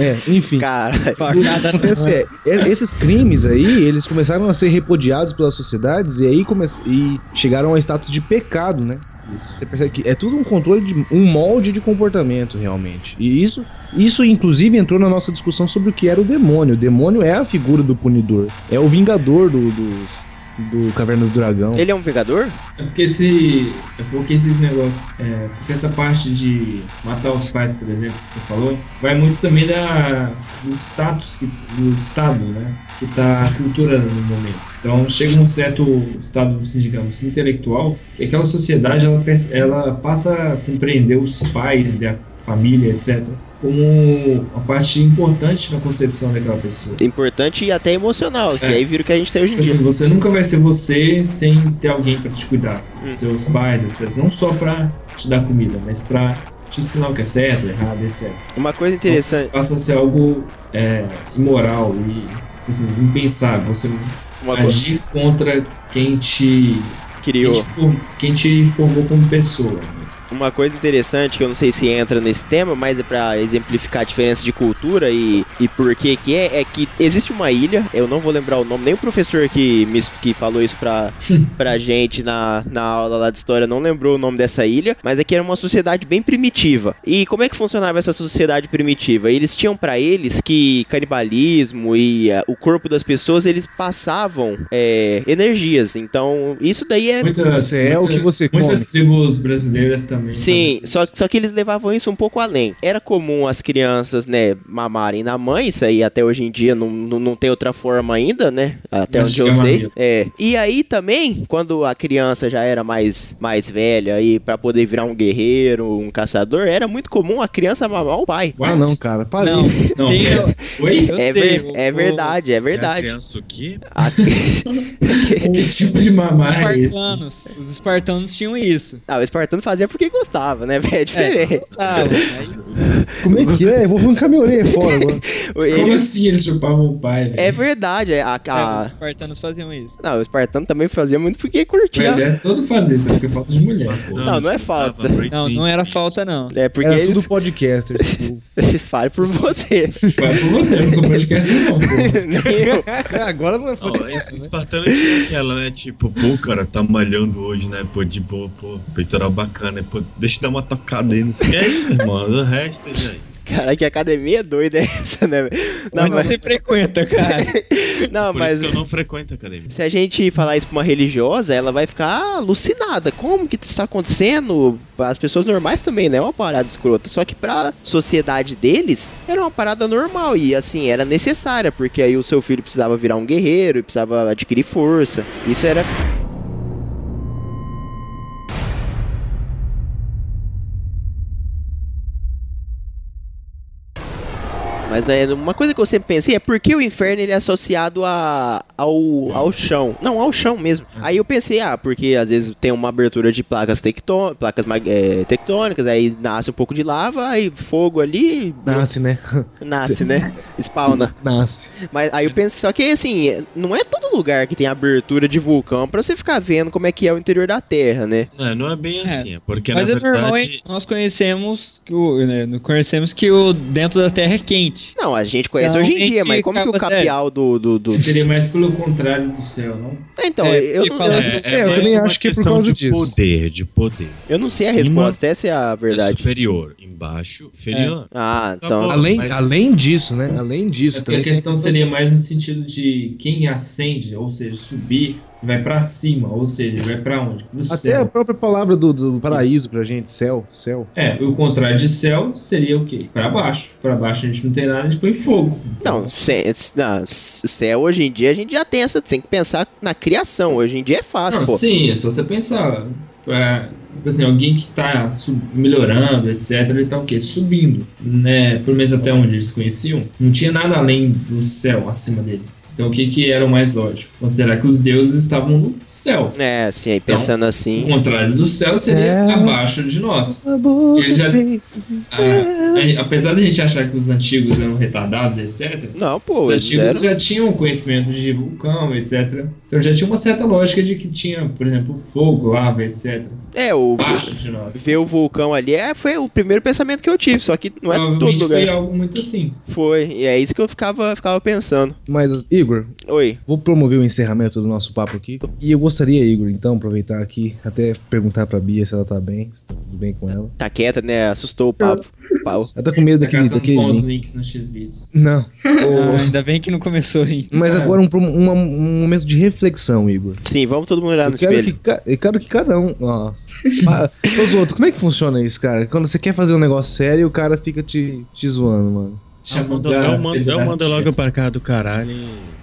é, enfim.
Cara,
O que acontece é, e- esses crimes aí, eles começaram a ser repudiados pelas sociedades e aí come- e chegaram a status de pecado, né?
Isso.
Você percebe que é tudo um controle de um molde de comportamento realmente. E isso, isso inclusive entrou na nossa discussão sobre o que era o demônio. O demônio é a figura do punidor, é o vingador do dos- do Caverna do Dragão.
ele é um vingador?
É porque esse. É porque esses negócios. É, porque essa parte de matar os pais, por exemplo, que você falou, vai muito também da, do status que, do estado, né? Que tá a cultura no momento. Então chega um certo estado, assim, digamos, intelectual, que aquela sociedade ela, perce- ela passa a compreender os pais e a família, etc., como uma parte importante na concepção daquela pessoa.
Importante e até emocional, que aí vira o que a gente tem hoje em
Tipo assim,
dia.
você nunca vai ser você sem ter alguém pra te cuidar,
Hum.
seus pais, etc. Não só pra te dar comida, mas pra te ensinar o que é certo, errado, etc.
Uma coisa interessante.
Passa a ser algo é, imoral e assim, impensável. Você
Uma coisa
agir contra quem te, quem
criou.
te, form- quem te formou como pessoa. mesmo.
Uma coisa interessante, que eu não sei se entra nesse tema, mas é pra exemplificar a diferença de cultura e, e por que que é, é que existe uma ilha, eu não vou lembrar o nome, nem o professor que, me, es- que falou isso pra, pra gente na, na aula lá de história não lembrou o nome dessa ilha, mas é que era uma sociedade bem primitiva. E como é que funcionava essa sociedade primitiva? Eles tinham pra eles que canibalismo e ah, o corpo das pessoas, eles passavam é, energias, então isso daí é
Muitas,
Você é o
muitas-
que você come.
muitas tribos brasileiras também.
Sim,
fazem isso.
só, só que eles levavam isso um pouco além. Era comum as crianças, né, mamarem na mãe, isso aí até hoje em dia não, não, não tem outra forma ainda, né? Até
Mas
onde eu
chama
sei.
mamilo.
É. E aí também, quando a criança já era mais, mais velha e pra poder virar um guerreiro, um caçador, era muito comum a criança mamar o pai.
What?
Ah, não, cara. Parei.
Não,
Não,
tem, eu,
Oi?
eu
é,
sei.
ver-
o-
é verdade, é verdade.
É a criança o quê?
A-
Que tipo de
Os
mamar é esse?
espartanos, os espartanos tinham isso.
Ah, o espartano fazia porque gostava, né? velho? É diferente.
Ah,
Como é que é? Eu vou arrancar minha orelha fora agora.
Ele-
Como assim eles chupavam o pai, velho?
É verdade, a, a-
os espartanos faziam isso.
Não, o espartano também fazia muito porque
O
curtia.
exército todo fazia isso, é porque é falta de mulher.
Não, não é falta.
escutava Britney
Não, não era
Spears.
falta, não.
É porque
Era
eles.
tudo podcaster. tipo.
Fale por você.
Vai por você, eu não sou podcast não, pô.
Nem eu.
agora não é
Não, esse espartano tinha aquela, né? Tipo, pô, cara, tá malhando hoje, né? Pô, de boa, pô, peitoral bacana, pô, deixa eu dar uma tocada aí, não sei o que aí, meu irmão. O resto, gente.
Cara, que academia doida é essa, né? velho? Não,
Mas
mas,
você frequenta, cara.
não,
Ah,
Por
mas
é
isso que eu não frequento a academia.
se a gente falar isso pra uma religiosa, ela vai ficar alucinada. Como que isso está acontecendo? As pessoas normais também, né? É uma parada escrota. Só que pra sociedade deles, era uma parada normal. E assim, era necessária, porque aí o seu filho precisava virar um guerreiro, e precisava adquirir força. Isso era. Mas né, uma coisa que eu sempre pensei é por que o inferno ele é associado a, ao, ao chão. Não, ao chão mesmo.
Uhum.
Aí eu pensei, ah, porque às vezes tem uma abertura de placas, tectô- placas mag- eh, tectônicas, aí nasce um pouco de lava, aí fogo ali,
Nasce, né?
nasce, né? Spawna.
Nasce.
Mas aí eu penso, só que assim, não é todo lugar que tem abertura de vulcão pra você ficar vendo como é que é o interior da Terra, né?
Não, não é bem assim, é porque
Mas
na
é normal, hein?
verdade.
Nós conhecemos que o, né, nós conhecemos que o dentro da Terra é quente.
Não, a gente conhece hoje em dia,
Realmente
mas como que o
acaba
capial do, do, do-
Seria mais pelo contrário do céu, não?
Ah, Então,
É,
eu,
e
não-
fala-
eu-
É,
É,
é
eu
mais
também
uma
acho que é por
questão
causa
de
disso.
poder, de poder.
eu não sei a
Cima-
resposta, essa é a
É
verdade.
superior, embaixo, inferior.
Ah,
Acabou.
então.
Além,
mas-
além disso, né? Além
É
disso
porque a
também.
questão seria mais no sentido de quem ascende, ou seja, subir, vai pra cima, ou seja, vai pra onde? Pro
Até a
céu.
própria palavra do, do paraíso pra gente, céu, céu.
É, o contrário de céu seria o quê? Pra baixo. Pra baixo a gente não tem nada, a gente põe fogo.
Não, então, cê- não, c- céu hoje em dia a gente já tem essa, tem que pensar na criação. Hoje em dia é fácil,
Não,
pô.
sim, é só você pensar. pra- tipo assim, alguém que tá su- melhorando, etc, ele tá o quê? Subindo, né? Pelo menos até onde eles conheciam, não tinha nada além do céu acima deles. Então o que que era o mais lógico? Considerar que os deuses estavam no céu.
É, assim,
Então,
aí pensando
O
assim.
contrário do céu seria
É.
abaixo de nós. Eles já- A- a- apesar da gente achar que os antigos eram retardados, etc,
Não, pô,
os
eles
antigos
eram-
já tinham conhecimento de vulcão, etc. Então já tinha uma certa lógica de que tinha, por exemplo, fogo, lava, etc.
É, o.
Abaixo de nós.
ver o vulcão ali é, foi o primeiro pensamento que eu tive, só que não é todo
Provavelmente Então, foi
lugar.
algo muito assim.
Foi, e é isso que eu ficava, ficava pensando.
Mas, Igor,
Oi,
Vou promover o encerramento do nosso papo aqui. E eu gostaria, Igor, então, aproveitar aqui, até perguntar pra Bia se ela tá bem, se tá tudo bem com ela.
tá quieta, né? Assustou o papo. Pau.
Ela tá com medo
Tá
daquele.
caçando
daquele
bons
link.
links nos X-Videos.
Não.
Ah, ainda bem que não começou aí.
Mas
É.
agora um, pro- uma- um momento de reflexão, Igor.
Sim, vamos todo mundo olhar Tá no
Eu quero, que,
espelho.
ca- eu quero que cada um. Nossa. Ah, Pa- Os outros, como é que funciona isso, cara? Quando você quer fazer um negócio sério, o cara fica te, te zoando, mano.
Eu mando, eu mando- eu mando logo pra cá do caralho.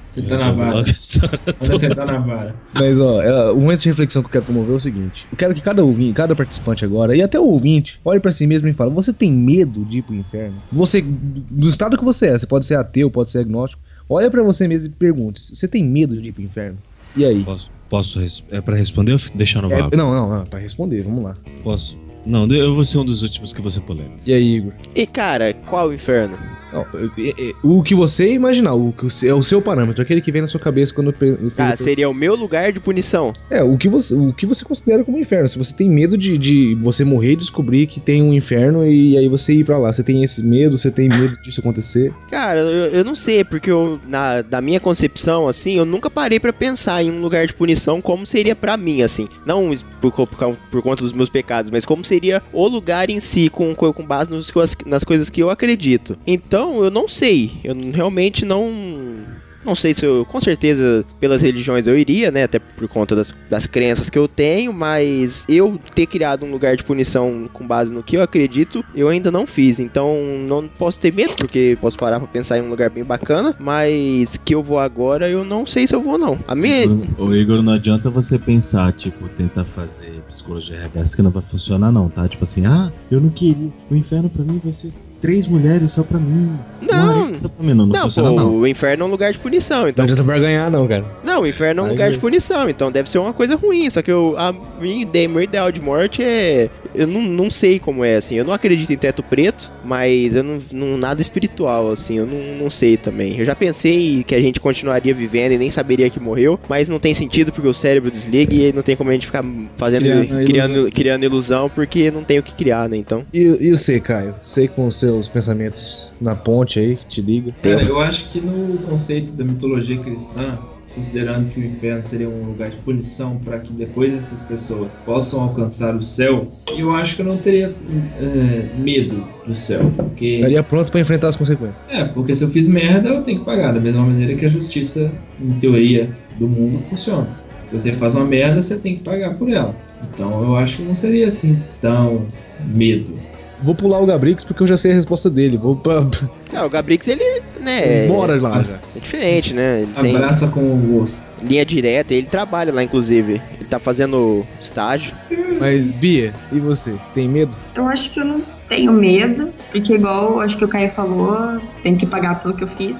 Você
tá na vara.
Manda sentar na vara.
Mas, ó, é, o momento de reflexão que eu quero promover é o seguinte: eu quero que cada ouvinte, cada participante agora, e até o ouvinte, olhe pra si mesmo e fale: você tem medo de ir pro inferno? Você, do estado que você é, você pode ser ateu, pode ser agnóstico, olha pra você mesmo e pergunte: você tem medo de ir pro inferno? E aí?
Posso, posso res- é pra responder ou f- deixar no
É,
vácuo?
não, não, não, pra responder, vamos lá.
Posso? Não, eu vou ser um dos últimos que você polêmica.
E aí, Igor?
E cara, qual o inferno?
Não, é- é- o que você imaginar, o que você- é o seu parâmetro, aquele que vem na sua cabeça quando eu pe- eu fiz
Ah,
a
seria o meu lugar de punição.
É, o que você, o que você considera como um inferno. Se você tem medo de, de você morrer e descobrir que tem um inferno e aí você ir pra lá. Você tem esse medo, você tem medo disso acontecer.
Cara, eu, eu não sei, porque eu, na, da minha concepção, assim, eu nunca parei pra pensar em um lugar de punição como seria pra mim, assim. Não es- por, co- por, cau- por conta dos meus pecados, mas como seria o lugar em si, com, co- com base nos, que eu as- nas coisas que eu acredito. Então, eu não sei. Eu n- realmente não. Não sei se eu, com certeza, pelas religiões eu iria, né? Até por conta das, das crenças que eu tenho, mas eu ter criado um lugar de punição com base no que eu acredito, eu ainda não fiz. Então não posso ter medo, porque posso parar pra pensar em um lugar bem bacana, mas que eu vou agora, eu não sei se eu vou, não. A minha.
O Igor, não adianta você pensar, tipo, tentar fazer psicologia reversa que não vai funcionar, não, tá? Tipo assim, ah, eu não queria. O inferno pra mim vai ser três mulheres só pra mim.
Não.
Uma areia só pra mim. Uhum. Não, não,
Não,
funciona,
pô,
não.
o inferno é um lugar de punição,
Não
então.
adianta pra ganhar, não, cara.
Não, o inferno é um
Aí
lugar de
eu-
punição, então deve ser uma coisa ruim. Só que eu, a minha ideia, meu ideal de morte é. Eu não, não sei como é, assim. Eu não acredito em teto preto, mas eu não. não- nada espiritual, assim. Eu não, não sei também. Eu já pensei que a gente continuaria vivendo e nem saberia que morreu, mas não tem sentido porque o cérebro desliga e aí não tem como a gente ficar fazendo.
Criando a
criando,
ilusão.
criando, ilusão porque não tem o que criar, né? Então.
E, e você, Caio? Sei com os seus pensamentos na ponte aí, que te liga.
Cara, eu acho que no conceito da mitologia cristã, considerando que o inferno seria um lugar de punição para que depois essas pessoas possam alcançar o céu, eu acho que eu não teria eh, medo do céu, porque
Estaria pronto pra enfrentar as consequências.
É, porque se eu fiz merda, eu tenho que pagar. Da mesma maneira que a justiça, em teoria, do mundo funciona. Se você faz uma merda, você tem que pagar por ela. Então eu acho que não seria assim tão medo.
Vou pular o Gabrix porque eu já sei a resposta dele. Vou pra.
Ah, o Gabrix, ele. né.
Bora lá já.
É diferente, né? Ele tem-
Abraça com o gosto.
linha direta, ele trabalha lá, inclusive. Ele tá fazendo estágio.
Mas, Bia, e você? Tem medo?
Eu acho que eu não tenho medo, porque igual eu acho que o Caio falou, tem que pagar pelo que eu fiz.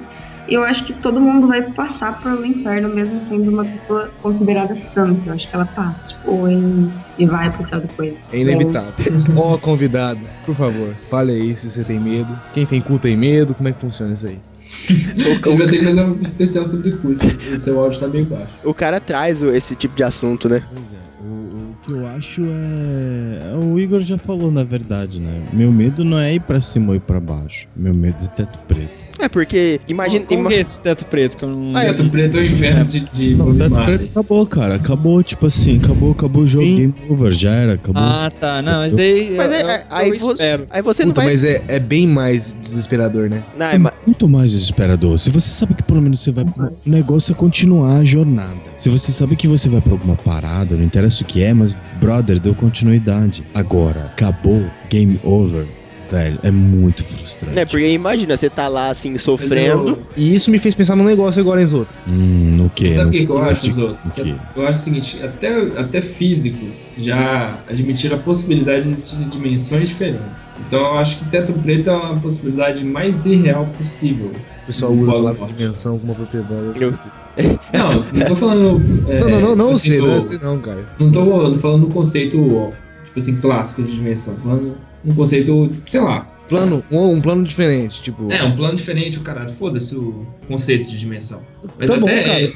Eu acho que todo mundo vai passar pelo inferno, mesmo sendo uma pessoa considerada santa. Eu acho que ela passa, tipo, oi, e vai pro céu depois.
É inevitável. Ó, convidado, por favor, fale aí se você tem medo. Quem tem cu tem medo, como é que funciona isso aí?
A gente vai ter que fazer um especial sobre curso. O seu áudio tá meio baixo.
O cara traz o- esse tipo de assunto, né?
Pois é, o, o que eu acho é. O Igor já falou, na verdade, né? Meu medo não é ir pra cima ou ir pra baixo. Meu medo é teto preto.
É porque, imagina...
Como
ima-
que é esse teto preto que eu não...
Ah, eu
Teto preto é o inferno de, de Bob
teto
Marley.
preto acabou, cara. Acabou, tipo assim, acabou, acabou o jogo.
Sim.
Game over, já era, acabou.
Ah, tá. Não, mas daí...
Mas é-
eu-
é-
eu
aí,
espero.
você, aí você não
Puta,
vai...
mas é, é bem mais desesperador, né?
Não, é ma-
Muito mais desesperador. Se você sabe que pelo menos você vai. pro- O negócio é continuar a jornada. Se você sabe que você vai pra alguma parada, não interessa o que é, mas, brother, deu continuidade. Agora, acabou, game over. Velho, é muito frustrante.
né, porque imagina, você tá lá, assim,
Mas
sofrendo...
eu-
E isso me fez pensar num negócio agora, hein, outros.
Hum, no quê?
Sabe o
No
que, que eu
quê?
acho, Zoto?
No quê?
Eu acho o seguinte, até, até físicos já admitiram a possibilidade de existir dimensões diferentes. Então eu acho que teto preto é uma possibilidade mais irreal possível.
O pessoal usa a
Pós-
palavra dimensão como uma propriedade.
Não, não tô falando. é,
não, não, não, não,
tipo assim,
sei, não
do-
sei não, cara.
não tô falando do conceito, ó, tipo assim, clássico de dimensão. Tô falando um conceito, sei lá.
Plano, um, um plano diferente, tipo...
É, um plano diferente, o caralho. Foda-se o conceito de dimensão. Mas
Tá bom,
até.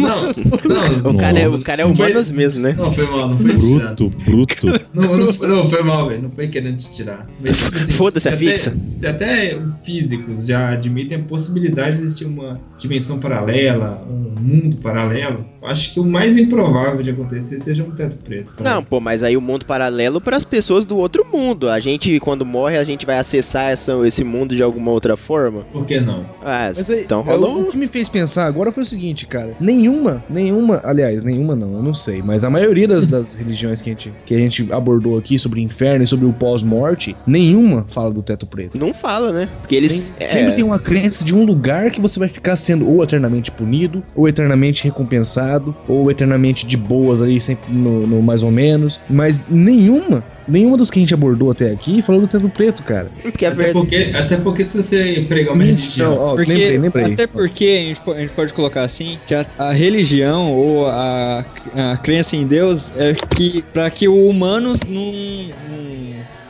Não, não,
O cara, é, o cara
super-
é humanos mesmo, né?
Não, foi mal, não foi tirado.
Bruto, bruto.
Não, não, foi- não, foi mal, velho. Não foi querendo te tirar. Mas, tipo assim,
Foda-se,
se
é
até-
fixa.
Se até físicos já admitem a possibilidade de existir uma dimensão paralela, um mundo paralelo, eu acho que o mais improvável de acontecer seja um teto preto. cara.
Não, pô, mas aí o mundo paralelo pras pessoas do outro mundo. A gente, quando morre, a gente vai acessar essa, esse mundo de alguma outra forma?
Por que não?
Ah,
Mas aí,
então
é,
rolou
O que me fez pensar agora foi o seguinte, cara. Nenhuma, nenhuma, aliás, nenhuma não, eu não sei. Mas a maioria das, das religiões que a, gente, que a gente abordou aqui sobre o inferno e sobre o pós-morte, nenhuma fala do teto preto.
Não fala, né? Porque eles. é,
Sempre tem uma crença de um lugar que você vai ficar sendo ou eternamente punido, ou eternamente recompensado, ou eternamente de boas ali, sempre no, no mais ou menos. Mas nenhuma, nenhuma dos que a gente abordou até aqui falou do teto preto, cara.
Porque a
Até
É verdade.
porque, até porque se você pregar uma
Não,
religião.
ó,
Porque-
lembrei, lembrei.
Até porque a gente, po- a gente pode colocar assim que a, a religião ou a, a crença em Deus é que para que o humano não, não-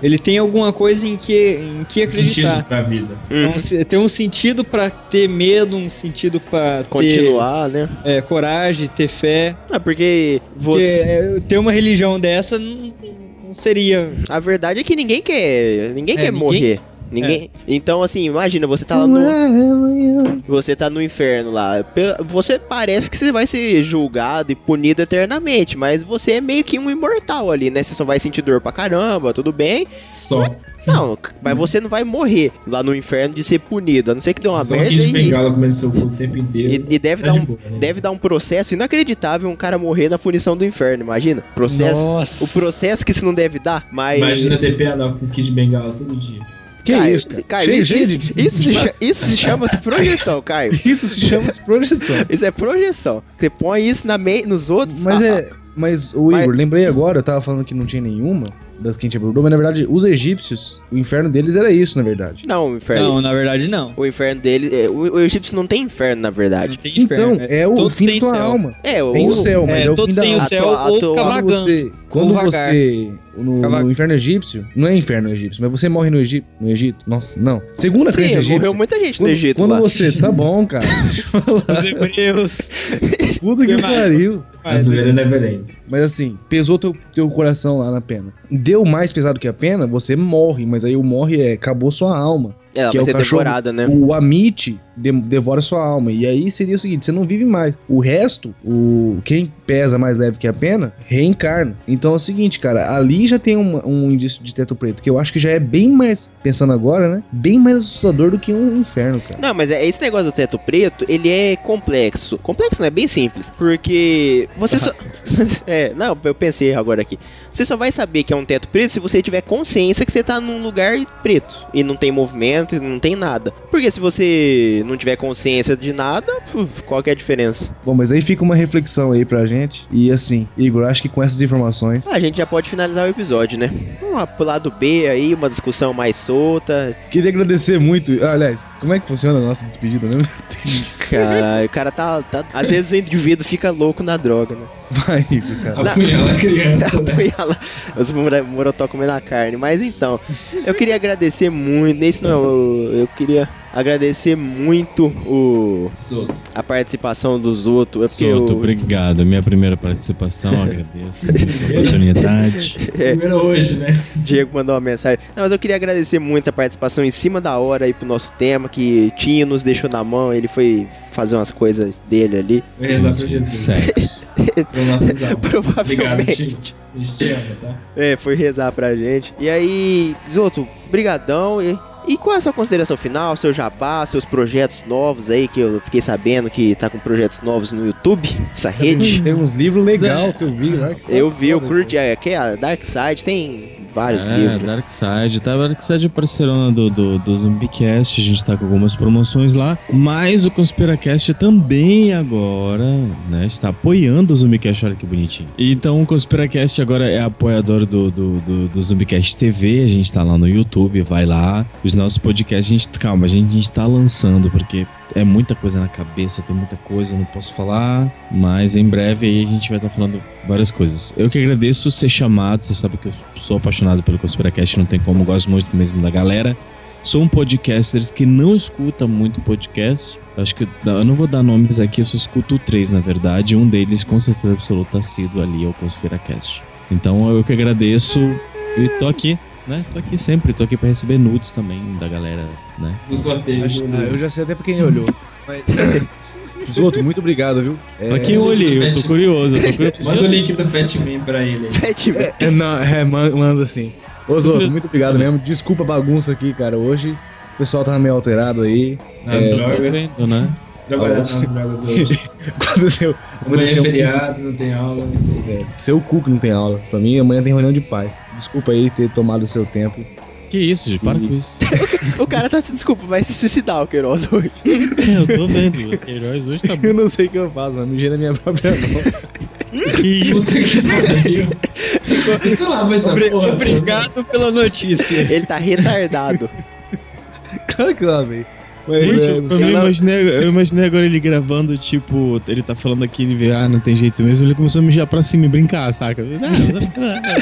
ele tenha alguma coisa em que em que
Sentido
acreditar.
pra vida.
Uhum.
Então, se- tem um sentido pra ter medo, um sentido pra
Continuar, né?
ter é, coragem, ter fé.
Ah, porque
Porque,
você.
é, ter uma religião dessa não, não seria.
A verdade é que ninguém quer. Ninguém quer
ninguém-
morrer. Ninguém. Então, assim, imagina, você tá lá no. Você tá no inferno lá. Pe- Você parece que você vai ser julgado e punido eternamente, mas você é meio que um imortal ali, né? Você só vai sentir dor pra caramba, tudo bem.
Só.
Não, c- mas você não vai morrer lá no inferno de ser punido, a não ser que dê uma
só
merda
que de
e,
bengala comendo seu cu o tempo inteiro.
e- e deve,
Tá
dar
de
um,
boa, né?
deve dar um processo inacreditável um cara morrer na punição do inferno, imagina? Processo.
Nossa.
é O processo que isso não deve dar, mas.
Imagina ter PNL com kit de bengala todo dia.
Que
Caio,
isso, cara?
Caio,
Cheio-
isso,
cheio
isso,
de-
se cha- isso se chama -se projeção, Caio.
Isso se chama projeção.
Isso é projeção. Você põe isso na mei- nos outros.
Mas
ah,
é. Mas, o
Mas-
Igor, lembrei agora, eu tava falando que não tinha nenhuma das que a gente abordou, mas na verdade, os egípcios, o inferno deles era isso, na verdade.
Não, o inferno.
Não, na verdade não.
O inferno dele. é, o, o egípcio não tem inferno, na verdade.
Não tem
Então,
inferno,
é o
todos
fim da
têm
tua
céu.
alma.
É, o.
Tem o céu, mas é, o fim
todos
da
têm o
alma.
céu
Atua-
ou
atua-
fica
Quando
vagando.
você, quando
vagar.
você no,
Vagar.
no inferno egípcio, não é inferno egípcio, mas você morre no Egito, no Egito. Nossa, não. Segundo a crença
Sim,
egípcia,
morreu muita gente no
é quando,
Egito
quando
lá. É,
você, tá bom, cara. Deixa eu falar.
Os hebreus.
Puta que pariu.
Ah, é
A zoeira never ends.
Mas assim, pesou teu, teu coração lá na pena. Deu mais pesado que a pena, você morre, mas aí o morre é acabou sua alma.
Ela
que é
vai
o
ser
cachorro-
devorada, né?
O Amit de- devora sua alma. E aí seria o seguinte: você não vive mais. O resto, o quem pesa mais leve que a pena, reencarna. Então é o seguinte, cara, ali já tem uma- um indício de teto preto, que eu acho que já é bem mais, pensando agora, né? Bem mais assustador do que um inferno, cara.
Não, mas é, esse negócio do teto preto, ele é complexo. Complexo não é bem simples. Porque você só. é, não, eu pensei agora aqui. Você só vai saber que é um teto preto se você tiver consciência que você tá num lugar preto. E não tem movimento, e não tem nada. Porque se você não tiver consciência de nada, puf, qual que é a diferença?
Bom, mas aí fica uma reflexão aí pra gente. E assim, Igor, acho que com essas informações.
Ah, a gente já pode finalizar o episódio, né? Vamos lá pro lado B aí, uma discussão mais solta.
Queria agradecer muito. Ah, aliás, como é que funciona a nossa despedida, né?
Caralho, o cara tá, tá. Às vezes o indivíduo fica louco na droga, né?
Vai, Igor, cara.
Apunhala a criança, né?
Foi ela- Os mora- morotó comendo a carne. Mas então, eu queria agradecer muito. Isso não, eu, eu queria agradecer muito o,
Solto.
a participação do Zoto. É porque
Soto,
o-
obrigado. Minha primeira participação, agradeço pela oportunidade.
Primeiro hoje, né?
Diego mandou uma mensagem. Não, mas eu queria agradecer muito a participação em cima da hora aí pro nosso tema, que Tinho nos deixou na mão, ele foi fazer umas coisas dele ali.
Vou rezar pra Jesus.
Sexo.
Pro nosso almas. Obrigado,
Provavelmente.
Tio. A gente te ama, tá?
É, foi rezar pra gente. E aí, Zoto, brigadão e... E qual é a sua consideração final, seu jabá, seus projetos novos aí, que eu fiquei sabendo que tá com projetos novos no YouTube, essa rede.
Tem uns livros legais que eu vi lá. que
Eu vi, eu
foda,
curti, é, que é a Dark Side, tem vários
É,
livros.
Dark Side, tá? Dark Side é parceirona do, do, do Zumbicast, a gente tá com algumas promoções lá, mas o Conspiracast também agora, né, está apoiando o Zumbicast, olha que bonitinho. Então o Conspiracast agora é apoiador do, do, do, do Zumbicast TV, a gente tá lá no YouTube, vai lá. Os nossos podcasts, a gente, calma, a gente, a gente tá lançando, porque é muita coisa na cabeça, tem muita coisa, eu não posso falar, mas em breve aí a gente vai estar falando várias coisas. Eu que agradeço ser chamado, você sabe que eu sou apaixonado pelo Conspiracast, não tem como, gosto muito mesmo da galera. Sou um podcaster que não escuta muito podcast. Acho que eu não vou dar nomes aqui, eu só escuto três, na verdade. Um deles, com certeza absoluta, ha sido ali ao Conspiracast. Então eu que agradeço e tô aqui, né? Tô aqui sempre, tô aqui pra receber nudes também da galera, né?
Do sorteio.
Acho-
do-
ah, eu já sei até pra quem olhou. Mas... Zoto, muito obrigado, viu? É,
Pra quem eu olhei, eu tô curioso, eu tô curioso.
Manda o link do Fat Man pra ele.
Pet Man.
é, não, é, man- manda assim. Ô, Zoto, muito obrigado mesmo. Desculpa a bagunça aqui, cara, hoje. O pessoal tava meio alterado aí.
Nas
É,
drogas.
Vendo, né?
Trabalhar nas drogas hoje.
Aconteceu.
Amanhã é
aconteceu
feriado, não tem aula, não sei.
Seu cu que não tem aula. Pra mim, amanhã tem reunião de pai. Desculpa aí ter tomado o seu tempo.
Que isso, gente, para com isso.
O cara tá se desculpa, vai se suicidar o Queiroz hoje.
Eu tô vendo. O Queiroz hoje tá
Eu não sei o que eu faço, mas mijei na minha própria mão.
Que isso?
Puta que pariu. Sei lá, mas essa
Obri-
porra.
Obrigado pela notícia.
Ele tá retardado.
Claro que eu amei. Mas,
Gente,
é,
eu, imaginei, eu imaginei agora ele gravando, tipo, ele tá falando aqui, ele vê, ah, não tem jeito mesmo, ele começou a mijar pra cima e brincar, saca? Ah,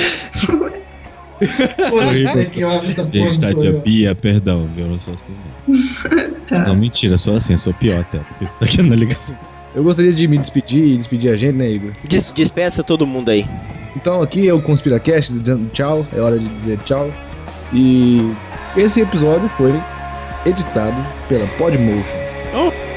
Pô,
Horrível.
sabe que eu acho essa porra
tá
Gente,
de
Tati, a
flor?
é. Bia, perdão, viu? Eu sou assim. né? Não, mentira, eu sou assim, eu sou pior até, porque você tá aqui na ligação.
eu gostaria de me despedir e despedir a gente, né, Igor?
Des- despeça todo mundo aí.
Então aqui é o ConspiraCast dizendo tchau, é hora de dizer tchau. E esse episódio foi editado pela Podmotion.
Oh.